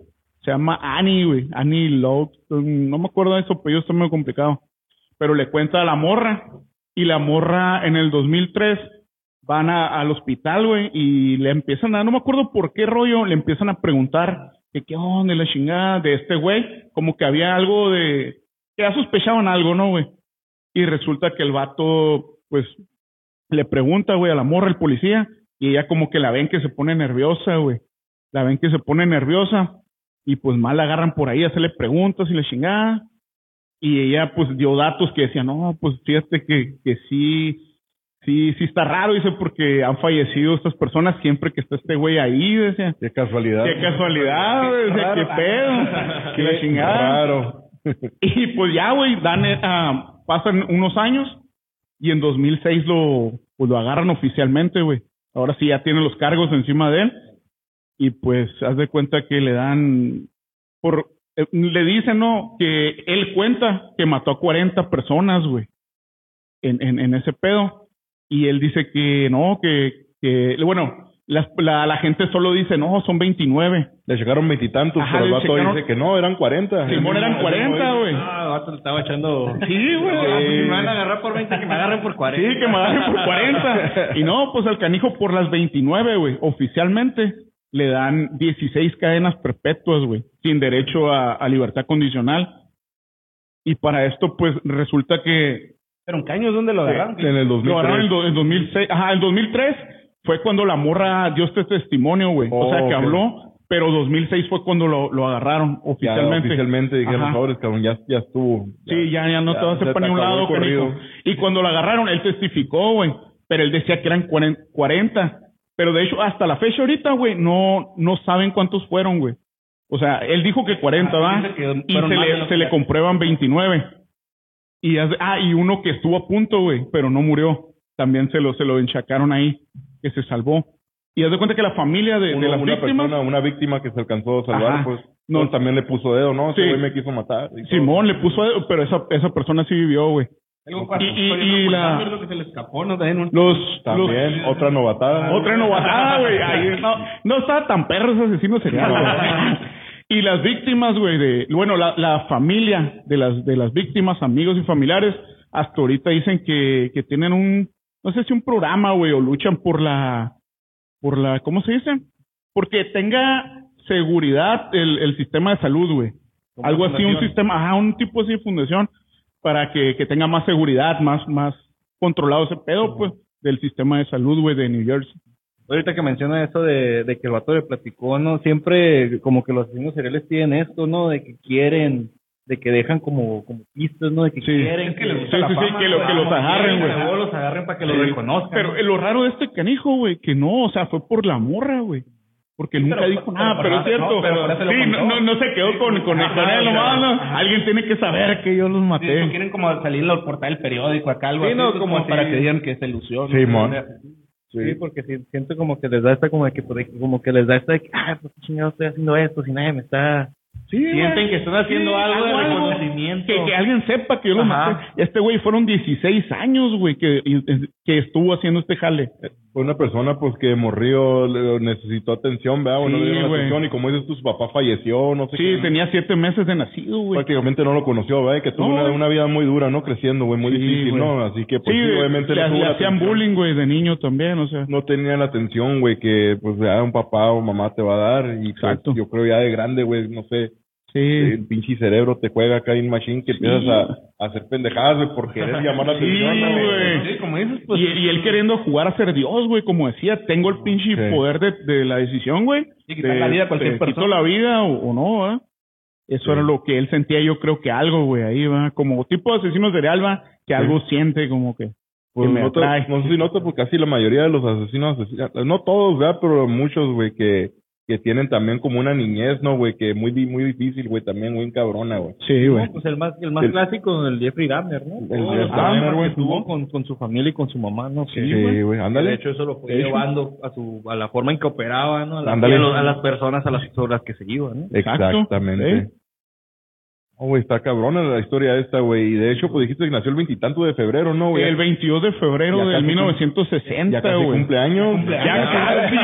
[SPEAKER 3] Se llama Annie, güey. Annie Love. No me acuerdo de eso, pero está medio complicado. Pero le cuenta a la morra. Y la morra en el 2003 van a- al hospital, güey. Y le empiezan a, no me acuerdo por qué rollo, le empiezan a preguntar que qué onda y la chingada de este güey. Como que había algo de. que ya sospechaban algo, ¿no, güey? Y resulta que el vato, pues, le pregunta, güey, a la morra, el policía, y ella como que la ven que se pone nerviosa, güey. La ven que se pone nerviosa, y pues mal la agarran por ahí, hacerle preguntas y la chingada. Y ella pues dio datos que decía, no, pues fíjate que, que sí, sí, sí está raro, dice, porque han fallecido estas personas siempre que está este güey ahí, decía.
[SPEAKER 4] Qué casualidad.
[SPEAKER 3] Qué casualidad, güey, decía, qué pedo, que la chingada.
[SPEAKER 4] Claro.
[SPEAKER 3] Y pues ya, güey, dan, eh, ah, pasan unos años y en 2006 lo, pues lo agarran oficialmente, güey. Ahora sí ya tiene los cargos encima de él y pues haz de cuenta que le dan, por, eh, le dicen, ¿no? Que él cuenta que mató a 40 personas, güey, en, en, en ese pedo. Y él dice que no, que, que bueno, las- la, la gente solo dice, no, son 29.
[SPEAKER 4] Le llegaron veintitantos,
[SPEAKER 3] Ajá,
[SPEAKER 4] pero el
[SPEAKER 3] le
[SPEAKER 4] vato
[SPEAKER 3] checaron-
[SPEAKER 4] dice que no, eran cuarenta.
[SPEAKER 3] Simón eran 40, güey.
[SPEAKER 2] Ah, vato, le estaba echando.
[SPEAKER 3] Sí,
[SPEAKER 1] Ah, pues,
[SPEAKER 2] Me van a agarrar por 20, que me agarren por 40.
[SPEAKER 3] Sí, que me dan por 40. Y no, pues al canijo por las 29, güey. Oficialmente le dan 16 cadenas perpetuas, güey. Sin derecho a, a libertad condicional. Y para esto, pues resulta que
[SPEAKER 1] Pero en caños, ¿dónde lo agarraron?
[SPEAKER 4] En el
[SPEAKER 3] lo agarraron en
[SPEAKER 4] 2003.
[SPEAKER 3] do- en 2006. Ajá, en 2003 fue cuando la morra dio este testimonio, güey. o
[SPEAKER 4] Oh,
[SPEAKER 3] sea, que
[SPEAKER 4] ok.
[SPEAKER 3] habló, pero 2006 fue cuando lo, lo agarraron
[SPEAKER 4] Ya,
[SPEAKER 3] oficialmente.
[SPEAKER 4] oficialmente dijeron,
[SPEAKER 3] Ajá.
[SPEAKER 4] favores, cabrón, ya, ya estuvo.
[SPEAKER 3] Sí, ya, ya no
[SPEAKER 4] Ya,
[SPEAKER 3] te vas a
[SPEAKER 4] se
[SPEAKER 3] hacer para
[SPEAKER 4] te
[SPEAKER 3] ningún
[SPEAKER 4] acabó
[SPEAKER 3] lado,
[SPEAKER 4] el corrido.
[SPEAKER 3] canijo. Y cuando lo agarraron, él testificó, güey. Pero él decía que eran cuaren- 40. Pero de hecho, hasta la fecha ahorita, güey, no, no saben cuántos fueron, güey. O sea, él dijo que
[SPEAKER 4] Ah,
[SPEAKER 3] 40, ¿va?
[SPEAKER 2] dice que
[SPEAKER 3] Y se
[SPEAKER 2] fueron más de
[SPEAKER 3] le,
[SPEAKER 2] los
[SPEAKER 3] se le
[SPEAKER 2] que-
[SPEAKER 3] comprueban 29. Y hace- ah, y uno que estuvo a punto, güey, pero no murió. También se lo, se lo enchacaron ahí, que se salvó. Y haz de cuenta que la familia de,
[SPEAKER 4] Uno-
[SPEAKER 3] de las
[SPEAKER 4] una
[SPEAKER 3] víctimas,
[SPEAKER 4] persona, una víctima que se alcanzó a salvar,
[SPEAKER 3] Ajá.
[SPEAKER 4] pues,
[SPEAKER 3] No.
[SPEAKER 4] pues, también le puso dedo, ¿no? Ese
[SPEAKER 3] Sí.
[SPEAKER 4] güey me quiso matar. y todo.
[SPEAKER 3] Simón le puso, a- pero esa, esa persona sí vivió, güey. Y, y, y la,
[SPEAKER 1] Lo que se le escapó, nos den un...
[SPEAKER 3] los, los,
[SPEAKER 4] También, otra novatada.
[SPEAKER 3] Otra novatada, güey. Ahí No, no estaba tan perro ese asesino serial. güey. Y las víctimas, güey, de, bueno, la, la familia de las, de las víctimas, amigos y familiares, hasta ahorita dicen que, que tienen un, no sé si un programa, güey, o luchan por la, por la, ¿cómo se dice? Porque tenga seguridad el, el sistema de salud, güey. Algo así, un sistema, ajá, un tipo así de fundación para que, que tenga más seguridad, más, más controlado ese pedo, pues, del sistema de salud, güey, de New Jersey.
[SPEAKER 2] Ahorita que menciona eso de, de que el vato le platicó, ¿no? Siempre como que los asesinos seriales tienen esto, ¿no? De que quieren, de que dejan como, como pistas, ¿no? De que
[SPEAKER 3] Sí.
[SPEAKER 2] quieren
[SPEAKER 3] Es que les gusta Sí, la sí, sí, fama, que lo- güey. que los
[SPEAKER 2] Como
[SPEAKER 3] agarren,
[SPEAKER 2] quieren,
[SPEAKER 3] güey.
[SPEAKER 2] luego los agarren para que los
[SPEAKER 3] Sí.
[SPEAKER 2] reconozcan.
[SPEAKER 3] Pero eh, lo raro de este canijo, güey, que no, o sea, fue por la morra, güey. Porque nunca
[SPEAKER 2] pero-
[SPEAKER 3] dijo
[SPEAKER 2] pero
[SPEAKER 3] nada,
[SPEAKER 2] por
[SPEAKER 3] pero
[SPEAKER 2] la-
[SPEAKER 3] es cierto.
[SPEAKER 2] no, pero por eso lo
[SPEAKER 3] sí, no,
[SPEAKER 2] contó.
[SPEAKER 3] no, no se quedó con, con el
[SPEAKER 2] Ajá,
[SPEAKER 3] con él,
[SPEAKER 2] claro.
[SPEAKER 3] nomás, no. Alguien tiene que saber que yo los
[SPEAKER 1] Sí,
[SPEAKER 3] maté.
[SPEAKER 1] no quieren como salir al portal del periódico acá, algo
[SPEAKER 2] Sí,
[SPEAKER 1] así,
[SPEAKER 2] no,
[SPEAKER 1] pues,
[SPEAKER 2] como
[SPEAKER 1] para
[SPEAKER 2] sí.
[SPEAKER 1] que digan que se lució. ¿no?
[SPEAKER 4] Simón.
[SPEAKER 2] Sí, porque si- siento como que les da esta, como de que, como que les da esta de que, ah, pues qué chingado estoy haciendo esto, si nadie me está.
[SPEAKER 3] Sí, güey.
[SPEAKER 2] Sienten que están haciendo
[SPEAKER 3] Sí,
[SPEAKER 2] algo de
[SPEAKER 3] hago algo.
[SPEAKER 2] reconocimiento.
[SPEAKER 3] Que, que alguien sepa que yo los
[SPEAKER 2] Ajá.
[SPEAKER 3] maté. Y Este güey fueron 16 años, güey, que, y- eh, que estuvo haciendo este jale.
[SPEAKER 4] Fue una persona, pues, que morrió, le- necesitó atención, ¿verdad? Bueno,
[SPEAKER 3] Sí,
[SPEAKER 4] le dieron
[SPEAKER 3] güey.
[SPEAKER 4] atención y como dices tú, su papá falleció, no sé
[SPEAKER 3] Sí,
[SPEAKER 4] qué.
[SPEAKER 3] tenía 7 meses de nacido, güey.
[SPEAKER 4] Prácticamente no lo conoció, ¿verdad? Y Que tuvo
[SPEAKER 3] No,
[SPEAKER 4] una,
[SPEAKER 3] güey.
[SPEAKER 4] una vida muy dura, ¿no? Creciendo, güey, muy
[SPEAKER 3] Sí,
[SPEAKER 4] difícil,
[SPEAKER 3] güey.
[SPEAKER 4] ¿no? Así que,
[SPEAKER 3] Sí,
[SPEAKER 4] pues, sí, obviamente
[SPEAKER 3] le,
[SPEAKER 4] no tuvo
[SPEAKER 3] le
[SPEAKER 4] la
[SPEAKER 3] hacían
[SPEAKER 4] atención.
[SPEAKER 3] bullying, güey, de niño también, o sea.
[SPEAKER 4] no tenía la atención, güey, que pues ya un papá o mamá te va a dar. Y pues,
[SPEAKER 3] Exacto.
[SPEAKER 4] yo creo ya de grande, güey, no sé,
[SPEAKER 3] Sí.
[SPEAKER 4] el pinche cerebro te juega acá en machine que empiezas a, a hacer pendejadas, güey, por querer llamar la
[SPEAKER 3] Sí,
[SPEAKER 4] atención. ¿no,
[SPEAKER 3] güey.
[SPEAKER 1] Sí, como dices, pues...
[SPEAKER 3] Y, y él queriendo jugar a ser Dios, güey, como decía, tengo el pinche
[SPEAKER 4] Sí.
[SPEAKER 3] poder de, de la decisión, güey.
[SPEAKER 1] Sí, quitar la vida a cualquier
[SPEAKER 3] te quito
[SPEAKER 1] persona.
[SPEAKER 3] la vida o, o no, ¿eh? Eso era lo que él sentía, yo creo que algo, güey, ahí va. Como tipo asesino serial, va, que algo siente, como que.
[SPEAKER 4] Pues
[SPEAKER 3] que me
[SPEAKER 4] no, te-
[SPEAKER 3] atrae.
[SPEAKER 4] no sé si notas, porque casi la mayoría de los asesinos, asesinos- no todos, ¿verdad? Pero muchos, güey, que, que tienen también como una niñez, ¿no, güey? Que muy di- muy difícil, güey, también, güey, cabrona, güey.
[SPEAKER 3] Sí, güey.
[SPEAKER 2] No, pues el más, el más
[SPEAKER 4] El-
[SPEAKER 2] clásico, el Jeffrey Dahmer, ¿no?
[SPEAKER 4] El
[SPEAKER 2] Todos
[SPEAKER 4] Jeffrey
[SPEAKER 2] los problemas
[SPEAKER 4] Dahmer, güey,
[SPEAKER 2] que tuvo
[SPEAKER 4] tuvo.
[SPEAKER 2] con, con su familia y con su mamá, ¿no? Sí,
[SPEAKER 4] Sí, güey,
[SPEAKER 2] De
[SPEAKER 4] ándale.
[SPEAKER 2] hecho, eso lo fue
[SPEAKER 4] De hecho.
[SPEAKER 2] llevando a su a la forma en que operaba, ¿no? A, la-
[SPEAKER 4] Ándale. Eh,
[SPEAKER 2] a los- a las personas a las, sobre las que se iba, ¿no?
[SPEAKER 3] Exacto.
[SPEAKER 4] Exactamente.
[SPEAKER 3] Sí.
[SPEAKER 4] Oh, güey, está cabrona la historia esta, güey. Y de hecho, pues dijiste que nació el veintitanto de febrero, ¿no, güey?
[SPEAKER 3] El 22 de
[SPEAKER 4] Ya
[SPEAKER 3] febrero
[SPEAKER 4] casi
[SPEAKER 3] del
[SPEAKER 4] cum- ya
[SPEAKER 3] 1960,
[SPEAKER 4] casi
[SPEAKER 3] güey.
[SPEAKER 4] cumpleaños.
[SPEAKER 3] Ya casi,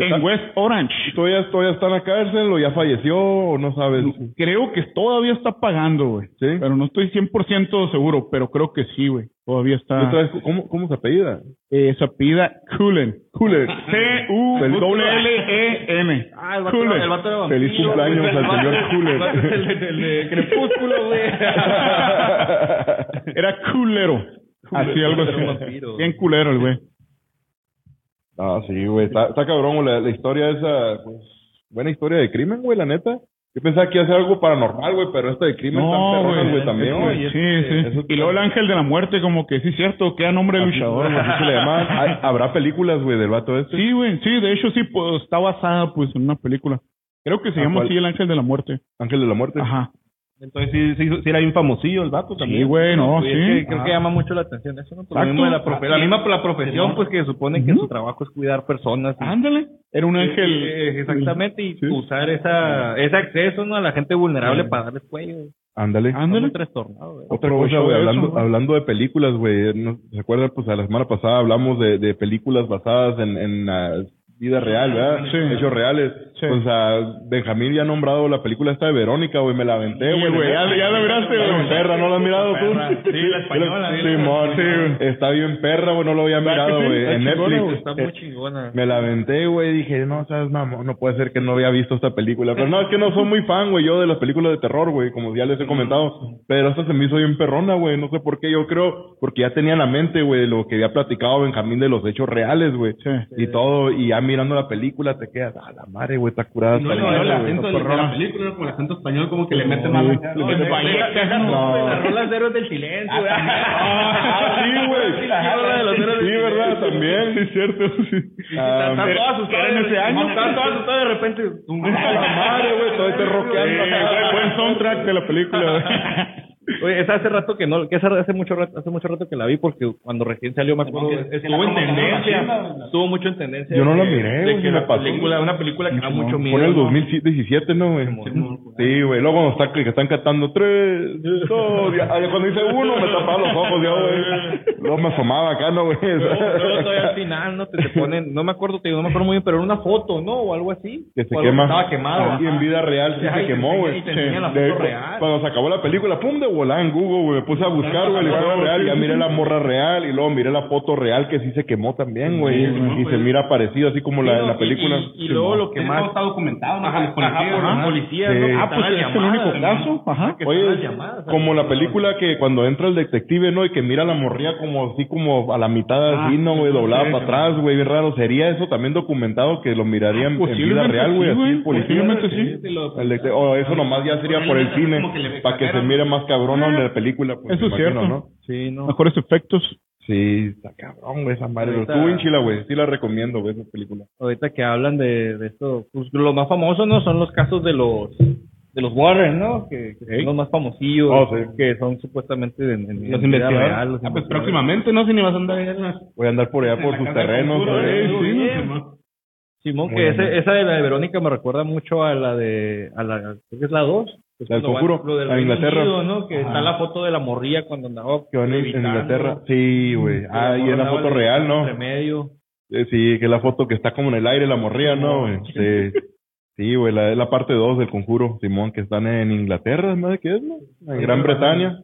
[SPEAKER 3] güey. En West Orange.
[SPEAKER 4] Todavía, todavía está en la cárcel o ya falleció o no sabes.
[SPEAKER 3] Creo que todavía está pagando, güey.
[SPEAKER 4] ¿Sí?
[SPEAKER 3] Pero no estoy 100% seguro, pero creo que sí, güey. Todavía
[SPEAKER 4] ¿Otra
[SPEAKER 3] está.
[SPEAKER 4] vez? ¿Cómo, ¿Cómo se apellida?
[SPEAKER 3] Eh, se pida Cullen.
[SPEAKER 4] Cooler. Feliz-
[SPEAKER 3] C-U-L-E-N.
[SPEAKER 2] Ah, el
[SPEAKER 3] E Cooler.
[SPEAKER 2] el vato de vampiro,
[SPEAKER 4] Feliz cumpleaños
[SPEAKER 2] güey.
[SPEAKER 4] al señor
[SPEAKER 2] El,
[SPEAKER 4] Cooler.
[SPEAKER 2] el- el de crepúsculo, güey.
[SPEAKER 3] Era culero. Así algo así.
[SPEAKER 2] Vampiro.
[SPEAKER 3] Bien culero el güey.
[SPEAKER 4] Ah, sí, güey. Está, está cabrón, güey. La, la historia esa, pues, buena historia de crimen, güey, la neta. Yo pensaba que iba a ser algo paranormal, güey, pero esta de crimen
[SPEAKER 3] No,
[SPEAKER 4] tan perrona,
[SPEAKER 3] güey.
[SPEAKER 4] güey, también,
[SPEAKER 3] Sí,
[SPEAKER 4] güey.
[SPEAKER 3] Sí,
[SPEAKER 4] Eso
[SPEAKER 3] sí. Y luego el ángel de la muerte, como que sí, es cierto, queda nombre
[SPEAKER 2] Ah,
[SPEAKER 3] de luchador.
[SPEAKER 4] Luchador, güey, así se le llama. Hay- Habrá películas, güey, del vato este.
[SPEAKER 3] Sí, güey, sí, de hecho sí, pues está basada pues en una película. Creo que se
[SPEAKER 4] Ah,
[SPEAKER 3] llama
[SPEAKER 4] ¿cuál?
[SPEAKER 3] así El Ángel de la Muerte.
[SPEAKER 4] Ángel de la Muerte.
[SPEAKER 3] Ajá.
[SPEAKER 1] Entonces sí, sí, sí era bien famosillo el vato
[SPEAKER 3] Sí,
[SPEAKER 1] también.
[SPEAKER 3] güey, no,
[SPEAKER 2] Oye, es
[SPEAKER 3] sí.
[SPEAKER 2] que creo
[SPEAKER 4] Ah.
[SPEAKER 2] que llama mucho la atención eso, ¿no? Por lo
[SPEAKER 3] Exacto.
[SPEAKER 2] mismo de la, profe- la misma la profesión, pues que supone que su trabajo es cuidar personas. y-
[SPEAKER 3] Ándale. Era un ángel.
[SPEAKER 2] Eh, exactamente, y usar esa, ese acceso ¿no? a la gente vulnerable para darles cuello.
[SPEAKER 4] Ándale.
[SPEAKER 2] Está muy
[SPEAKER 3] Ándale.
[SPEAKER 2] trastornado, güey.
[SPEAKER 4] Otra
[SPEAKER 3] Otro
[SPEAKER 4] cosa,
[SPEAKER 3] show
[SPEAKER 4] güey,
[SPEAKER 3] de eso,
[SPEAKER 4] hablando,
[SPEAKER 3] güey.
[SPEAKER 4] hablando de películas, güey, ¿no? ¿se acuerdan? Pues a la semana pasada hablamos de, de películas basadas en, en la vida real, ¿verdad?
[SPEAKER 3] Sí.
[SPEAKER 4] Hechos reales.
[SPEAKER 3] Sí.
[SPEAKER 4] Pues a Benjamín ya ha nombrado la película esta de Verónica, güey, me la aventé,
[SPEAKER 3] Sí,
[SPEAKER 4] güey.
[SPEAKER 3] güey, ya- ya la miraste,
[SPEAKER 4] Está
[SPEAKER 3] güey.
[SPEAKER 4] bien perra, ¿no la has mirado tú? Sí, la
[SPEAKER 2] española, sí, la-
[SPEAKER 4] Simón, Está bien perra, güey, no lo había
[SPEAKER 3] ¿Verdad que
[SPEAKER 4] mirado,
[SPEAKER 3] sí?
[SPEAKER 4] güey,
[SPEAKER 3] Está
[SPEAKER 4] en
[SPEAKER 3] chingona,
[SPEAKER 4] Netflix.
[SPEAKER 3] güey.
[SPEAKER 2] Está
[SPEAKER 4] Eh,
[SPEAKER 2] muy chingona.
[SPEAKER 4] me la aventé, güey, dije, no, sabes, mamón, no puede ser que no había visto esta película. Pero no, es que no soy muy fan, güey, yo de las películas de terror, güey, como ya
[SPEAKER 2] Mm.
[SPEAKER 4] les he comentado. Pero esta se me hizo bien perrona, güey, no sé por qué, yo creo, porque ya tenía en la mente, güey, lo que había platicado Benjamín de los hechos reales, güey.
[SPEAKER 3] Sí.
[SPEAKER 4] Y todo, y ya mirando la película te quedas, a la madre, güey, está curada.
[SPEAKER 1] No,
[SPEAKER 4] esta
[SPEAKER 1] no,
[SPEAKER 4] madre,
[SPEAKER 1] el
[SPEAKER 4] güey".
[SPEAKER 1] acento de la- de la película, como el acento español, como que le mete más la cara, ¿no?
[SPEAKER 3] Le mete
[SPEAKER 1] Le-
[SPEAKER 3] pa' allá.
[SPEAKER 2] Las rolas de héroes del silencio, güey.
[SPEAKER 4] Ah, sí, güey. Sí, ¿verdad? También. Sí, Ah, cierto.
[SPEAKER 2] Están todas asustadas.
[SPEAKER 3] era en ese año.
[SPEAKER 2] Están todas asustadas de repente.
[SPEAKER 4] a la madre, güey, todo este roqueando.
[SPEAKER 3] Eh, güey, buen soundtrack de la película, güey.
[SPEAKER 2] Oye, esa hace rato que no, que esa hace mucho rato, hace mucho rato que la vi porque cuando recién salió me acuerdo que estuvo en tendencia, estuvo mucho en tendencia.
[SPEAKER 4] Yo no la
[SPEAKER 2] de-
[SPEAKER 4] miré,
[SPEAKER 2] de
[SPEAKER 4] güey,
[SPEAKER 2] que
[SPEAKER 4] me
[SPEAKER 2] la
[SPEAKER 4] pasó.
[SPEAKER 2] película, una película que da mucho miedo.
[SPEAKER 4] Fue en el
[SPEAKER 2] ¿no?
[SPEAKER 4] 2017, ¿no, güey? Sí, güey. Luego cuando está, que están cantando tres, dos, ya, ay, cuando dice uno me tapaba los ojos ya, güey. Luego me asomaba acá, ¿no, güey?
[SPEAKER 2] Luego, luego todavía al final, ¿no? Te, te ponen, no me acuerdo, te digo, no me acuerdo muy bien, pero era una foto, ¿no? O algo así.
[SPEAKER 4] Que se
[SPEAKER 2] O algo
[SPEAKER 4] quema.
[SPEAKER 2] Estaba quemado.
[SPEAKER 4] Y en
[SPEAKER 2] ajá.
[SPEAKER 4] vida real sí
[SPEAKER 2] Ajá, y
[SPEAKER 4] se
[SPEAKER 2] te
[SPEAKER 4] quemó,
[SPEAKER 2] enseña-
[SPEAKER 4] güey.
[SPEAKER 2] y te enseña la
[SPEAKER 4] De-
[SPEAKER 2] foto real.
[SPEAKER 4] Cuando se acabó la película, pum, de volá en Google, güey. Me puse a buscar, güey, la historia real. Ya miré la morra real y luego miré la foto real que sí se quemó también, güey. Y se mira parecido, así como la, en la película.
[SPEAKER 2] Y, y luego lo que
[SPEAKER 1] Eso
[SPEAKER 2] más.
[SPEAKER 1] está documentado, ¿no?
[SPEAKER 2] Ajá,
[SPEAKER 1] Con los policías,
[SPEAKER 2] por los
[SPEAKER 1] ¿no?
[SPEAKER 2] policías,
[SPEAKER 4] Sí.
[SPEAKER 2] ¿no?
[SPEAKER 4] Ah,
[SPEAKER 3] Ah, pues es el único caso. Ajá.
[SPEAKER 2] que
[SPEAKER 4] Oye,
[SPEAKER 2] están las llamadas,
[SPEAKER 4] como
[SPEAKER 2] ¿sabes?
[SPEAKER 4] la película que cuando entra el detective, ¿no? Y que mira a la morría como así como a la mitad así, ¿no, güey? Doblada para atrás, güey, bien raro. ¿Sería eso también documentado que lo mirarían en vida
[SPEAKER 3] Posiblemente
[SPEAKER 4] real, güey?
[SPEAKER 3] sí,
[SPEAKER 4] así,
[SPEAKER 3] güey.
[SPEAKER 4] el policía.
[SPEAKER 3] Posiblemente sí.
[SPEAKER 4] El detec- o eso nomás ya sería por el cine, para que se mire más cabrón en la película. pues,
[SPEAKER 3] Eso
[SPEAKER 4] me
[SPEAKER 3] es cierto.
[SPEAKER 4] imagino, ¿no?
[SPEAKER 2] Sí, no.
[SPEAKER 3] Mejores efectos.
[SPEAKER 4] Sí, está cabrón, güey, esa madre.
[SPEAKER 2] Ahorita-
[SPEAKER 4] Estuvo en chila, güey. Sí la recomiendo, güey, esa película.
[SPEAKER 2] Ahorita que hablan de, de esto, pues lo más famoso, ¿no? Son los casos de los de los Warren, ¿no? Que, que son los más famosillos,
[SPEAKER 4] Oh, sí.
[SPEAKER 2] que son supuestamente en, en- en vida
[SPEAKER 1] Los investigadores.
[SPEAKER 2] real, los
[SPEAKER 1] Ah, pues
[SPEAKER 2] investigadores.
[SPEAKER 1] próximamente, ¿no? Si ni vas a andar ahí en las-
[SPEAKER 4] Voy a andar por allá
[SPEAKER 1] en
[SPEAKER 4] por
[SPEAKER 1] la
[SPEAKER 4] sus
[SPEAKER 1] casa de
[SPEAKER 4] terrenos,
[SPEAKER 1] cultura,
[SPEAKER 4] güey.
[SPEAKER 1] ¿eh?
[SPEAKER 4] Sí,
[SPEAKER 1] Sí,
[SPEAKER 4] ¿no?
[SPEAKER 1] sí, Simón.
[SPEAKER 2] Simón,
[SPEAKER 4] Muy
[SPEAKER 2] que ese-
[SPEAKER 4] bien.
[SPEAKER 2] esa de la de Verónica me recuerda mucho a la de, a la, creo que es la 2. que es
[SPEAKER 4] La del
[SPEAKER 2] cuando
[SPEAKER 4] conjuro,
[SPEAKER 2] van- lo del
[SPEAKER 4] la de
[SPEAKER 2] Reino
[SPEAKER 4] Inglaterra.
[SPEAKER 2] Unido, ¿no? Que está la foto de la morría cuando andaba
[SPEAKER 4] Que van en- en
[SPEAKER 2] levitando,
[SPEAKER 4] Inglaterra. Sí, güey.
[SPEAKER 2] que
[SPEAKER 4] Ah,
[SPEAKER 2] morra
[SPEAKER 4] y es la
[SPEAKER 2] andaba
[SPEAKER 4] foto
[SPEAKER 2] le-
[SPEAKER 4] real, ¿no?
[SPEAKER 2] entre medio.
[SPEAKER 4] Eh, Sí, que la foto que está como en el aire, la morría, ¿no? güey? Sí, sí, güey, la, es la parte 2 del conjuro, Simón, que están en Inglaterra, ¿no? ¿Qué es, no? En Gran Bretaña,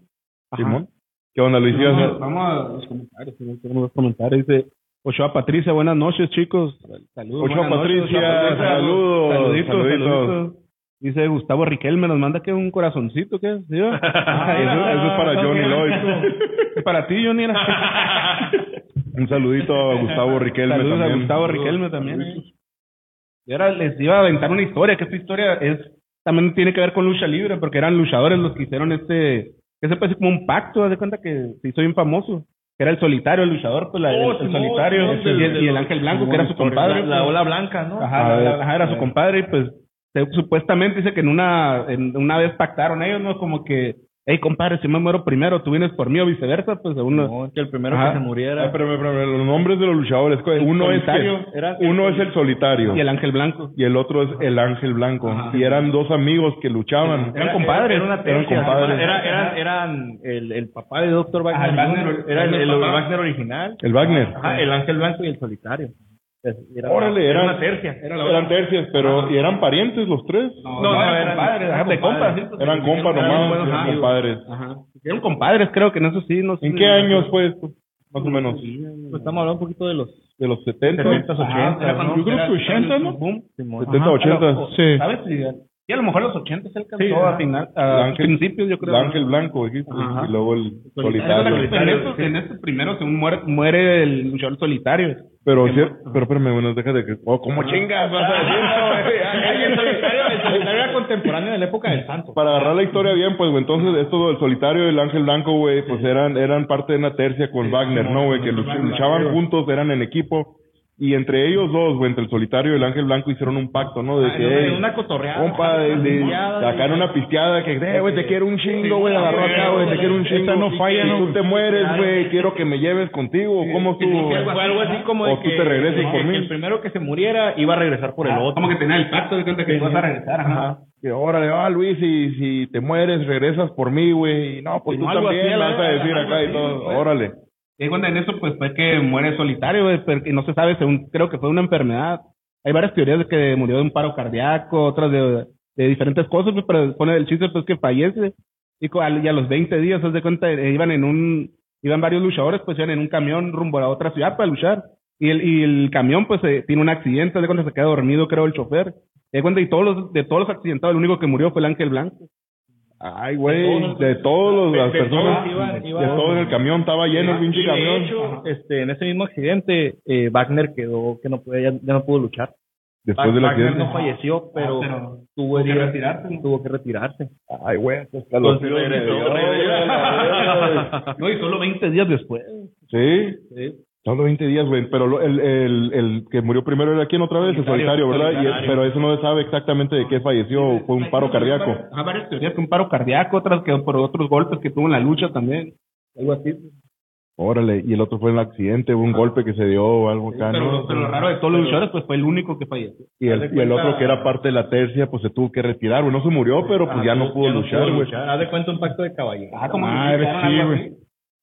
[SPEAKER 4] Simón. ¿Qué onda, Luis? ¿Ibas a-
[SPEAKER 1] Vamos, vamos a los comentarios, si tenemos los comentarios. Dice Ochoa Patricia, buenas noches, chicos. Saludos.
[SPEAKER 4] Ochoa
[SPEAKER 1] buenas noches,
[SPEAKER 4] Patricia,
[SPEAKER 1] Ochoa Patricia.
[SPEAKER 4] saludos,
[SPEAKER 1] Saluditos,
[SPEAKER 4] saluditos.
[SPEAKER 1] saluditos. Dice Gustavo Riquelme, nos manda que un corazoncito, ¿qué? ¿Sí, va?
[SPEAKER 4] Ah, eso, eso es para Johnny Lloyd.
[SPEAKER 1] para ti, Johnny. era-
[SPEAKER 4] Un saludito a Gustavo Riquelme
[SPEAKER 1] Saludos
[SPEAKER 4] también.
[SPEAKER 1] a Gustavo Riquelme también. Y ahora les iba a aventar una historia, que esta historia es también tiene que ver con lucha libre, porque eran luchadores los que hicieron este, ese parece como un pacto, haz de cuenta que se hizo bien famoso, que era el solitario, el luchador, pues la,
[SPEAKER 2] Oh,
[SPEAKER 1] el, el
[SPEAKER 2] Simón,
[SPEAKER 1] solitario,
[SPEAKER 2] Simón, del-
[SPEAKER 1] y, el, y el
[SPEAKER 2] del-
[SPEAKER 1] ángel blanco, que era su compadre.
[SPEAKER 2] La, la ola blanca, ¿no?
[SPEAKER 1] Ajá, la- la- ajá, era
[SPEAKER 4] eh,
[SPEAKER 1] su compadre y pues se- supuestamente dice que en una en una vez pactaron ellos, ¿no? Como que, hey compadre, si me muero primero, tú vienes por mí o viceversa, pues según... los-
[SPEAKER 2] No, que el primero
[SPEAKER 1] Ajá.
[SPEAKER 2] que se muriera.
[SPEAKER 4] Ah, pero, pero, pero, los nombres de los luchadores, ¿cuál es? uno es,
[SPEAKER 1] solitario,
[SPEAKER 4] que-
[SPEAKER 2] era-
[SPEAKER 4] uno es el solitario
[SPEAKER 1] Y el ángel blanco.
[SPEAKER 4] y el otro es el ángel blanco. Y eran dos amigos que luchaban.
[SPEAKER 1] Eran compadres.
[SPEAKER 2] Era una tercia.
[SPEAKER 4] Eran compadres.
[SPEAKER 2] Era, eran, eran el, el papá de Dr. Wagner.
[SPEAKER 1] Ajá, el Wagner,
[SPEAKER 2] era el, el
[SPEAKER 1] papá.
[SPEAKER 2] Wagner original.
[SPEAKER 4] El Wagner.
[SPEAKER 2] Ajá, el ángel blanco y el solitario. Era,
[SPEAKER 4] Órale,
[SPEAKER 2] era
[SPEAKER 4] eran-
[SPEAKER 2] una tercia. Era la-
[SPEAKER 4] Eran tercias, pero ¿y eran parientes los tres?
[SPEAKER 1] No,
[SPEAKER 2] no,
[SPEAKER 1] eran
[SPEAKER 2] eran-
[SPEAKER 1] compadres,
[SPEAKER 2] eran
[SPEAKER 1] ajá, de
[SPEAKER 2] compadres.
[SPEAKER 1] compas, ¿sí?
[SPEAKER 4] Eran compas
[SPEAKER 1] Eran
[SPEAKER 4] nomás,
[SPEAKER 1] buenos
[SPEAKER 4] eran
[SPEAKER 1] amigos.
[SPEAKER 4] compadres.
[SPEAKER 1] Ajá. Eran compadres, creo que en eso sí, no sé.
[SPEAKER 4] ¿En qué años fue esto? Más o menos.
[SPEAKER 2] Pues estamos hablando un poquito de los
[SPEAKER 4] De los 70,
[SPEAKER 1] Ajá, era cuando-
[SPEAKER 3] Yo creo
[SPEAKER 1] era-
[SPEAKER 3] que 80, ¿no?
[SPEAKER 1] Boom.
[SPEAKER 4] 70, 80.
[SPEAKER 3] Sí.
[SPEAKER 1] ¿Sabes? Y a lo mejor los 80 se alcanzó
[SPEAKER 2] Sí,
[SPEAKER 1] a
[SPEAKER 2] ajá.
[SPEAKER 1] final,
[SPEAKER 4] El
[SPEAKER 1] a
[SPEAKER 4] ángel-
[SPEAKER 1] ah, principios, yo creo.
[SPEAKER 4] El ángel blanco, dijiste,
[SPEAKER 1] Ajá.
[SPEAKER 4] y luego el
[SPEAKER 1] Era la que-
[SPEAKER 4] solitario.
[SPEAKER 1] pero en estos- En estos primeros, según muere, muere el luchador solitario.
[SPEAKER 4] Pero, cier- pero, espérame, bueno, deja de que. Oh, ¿cómo chingas? Vas a decir,
[SPEAKER 1] Ah,
[SPEAKER 2] el solitario, el solitario era contemporáneo de la época del santo.
[SPEAKER 4] Para agarrar la historia bien, pues, güey, entonces, esto del solitario y el ángel blanco, güey, pues eran, eran parte de una tercia con Wagner, ¿no, güey? Que luch- luchaban juntos, eran en equipo. Y entre ellos dos, güey, entre el solitario y el ángel blanco hicieron un pacto, ¿no? De que,
[SPEAKER 2] Era
[SPEAKER 4] "Ey,
[SPEAKER 2] Ah, una cotorreada.
[SPEAKER 4] compa, de, de sacar una pisteada que, eh, güey, te quiero un chingo, güey, agarró acá, güey, te quiero un chingo.
[SPEAKER 3] Esta no falla,
[SPEAKER 4] Si
[SPEAKER 3] ¿no?
[SPEAKER 4] tú te mueres, güey, quiero que me lleves contigo. ¿Cómo tú?
[SPEAKER 2] Fue algo así como de
[SPEAKER 4] O tú
[SPEAKER 2] que-
[SPEAKER 4] te regresas
[SPEAKER 2] de
[SPEAKER 4] por
[SPEAKER 2] que
[SPEAKER 4] mí.
[SPEAKER 2] El primero que se muriera iba a regresar por el otro.
[SPEAKER 1] Como que tenía el pacto de cuenta que ibas a regresar. Ajá.
[SPEAKER 4] Que órale, ah, Luis, y si te mueres, regresas por mí, güey. Y no, pues
[SPEAKER 2] Y
[SPEAKER 4] tú
[SPEAKER 2] no, algo
[SPEAKER 4] también
[SPEAKER 2] así,
[SPEAKER 4] vas a
[SPEAKER 2] algo
[SPEAKER 4] decir
[SPEAKER 2] así,
[SPEAKER 4] acá y
[SPEAKER 2] sí,
[SPEAKER 4] todo.
[SPEAKER 2] pues.
[SPEAKER 4] Órale.
[SPEAKER 1] Y cuando en eso, pues fue que muere solitario, güey, pero que no se sabe, según, creo que fue una enfermedad. Hay varias teorías de que murió de un paro cardíaco, otras de, de diferentes cosas, pues, pero pone el chiste, pues, que fallece. Y, co- al- y a los 20 días, haz de cuenta, eh, iban en un, iban varios luchadores, pues, iban en un camión rumbo a otra ciudad para luchar. Y el, y el camión, pues, eh, tiene un accidente, haz de cuenta, se queda dormido, creo, el chofer. Y, de cuenta, y todos los, de todos los accidentados, el único que murió fue el Ángel Blanco.
[SPEAKER 4] Ay, güey, de todas las personas, de todo en el camión, estaba lleno el pinche
[SPEAKER 2] Y de
[SPEAKER 4] camión.
[SPEAKER 2] hecho, este, en ese mismo accidente, eh, Wagner quedó que no podía, ya, ya no pudo luchar.
[SPEAKER 4] Después
[SPEAKER 2] Wagner
[SPEAKER 4] del accidente.
[SPEAKER 2] no falleció, pero,
[SPEAKER 1] pero
[SPEAKER 2] tuvo,
[SPEAKER 1] que
[SPEAKER 2] heridas-
[SPEAKER 1] retirarse,
[SPEAKER 2] tuvo que retirarse.
[SPEAKER 4] Ay, güey, estos
[SPEAKER 2] Entonces,
[SPEAKER 4] calorcillos de
[SPEAKER 2] regresó,
[SPEAKER 4] Dios,
[SPEAKER 2] regresó.
[SPEAKER 1] No, y solo 20 días después.
[SPEAKER 4] Sí. Solo 20 días, güey. Pero lo- el, el, el que murió primero era quién otra vez, el solitario, ¿verdad? Y- eh, pero eso no se sabe exactamente de qué falleció. Fue un paro cardíaco.
[SPEAKER 1] Ajá, varias teorías, que un paro cardíaco, otras que por otros golpes que tuvo en la lucha también. Algo así.
[SPEAKER 4] Órale. Y el otro fue un accidente, hubo un golpe que se dio o algo acá,
[SPEAKER 1] pero,
[SPEAKER 4] ¿no?
[SPEAKER 1] pero lo raro de todos los luchadores, pues fue el único que falleció.
[SPEAKER 4] Y el, y el otro que era parte de la tercia, pues se tuvo que retirar. Bueno, se murió, pero
[SPEAKER 2] Ah,
[SPEAKER 4] pues ya no pudo luchar, güey.
[SPEAKER 2] Haz de cuenta un pacto de caballero.
[SPEAKER 1] Ah, como
[SPEAKER 3] Madre,
[SPEAKER 1] que hicieron
[SPEAKER 3] sí,
[SPEAKER 1] algo
[SPEAKER 3] güey.
[SPEAKER 1] así.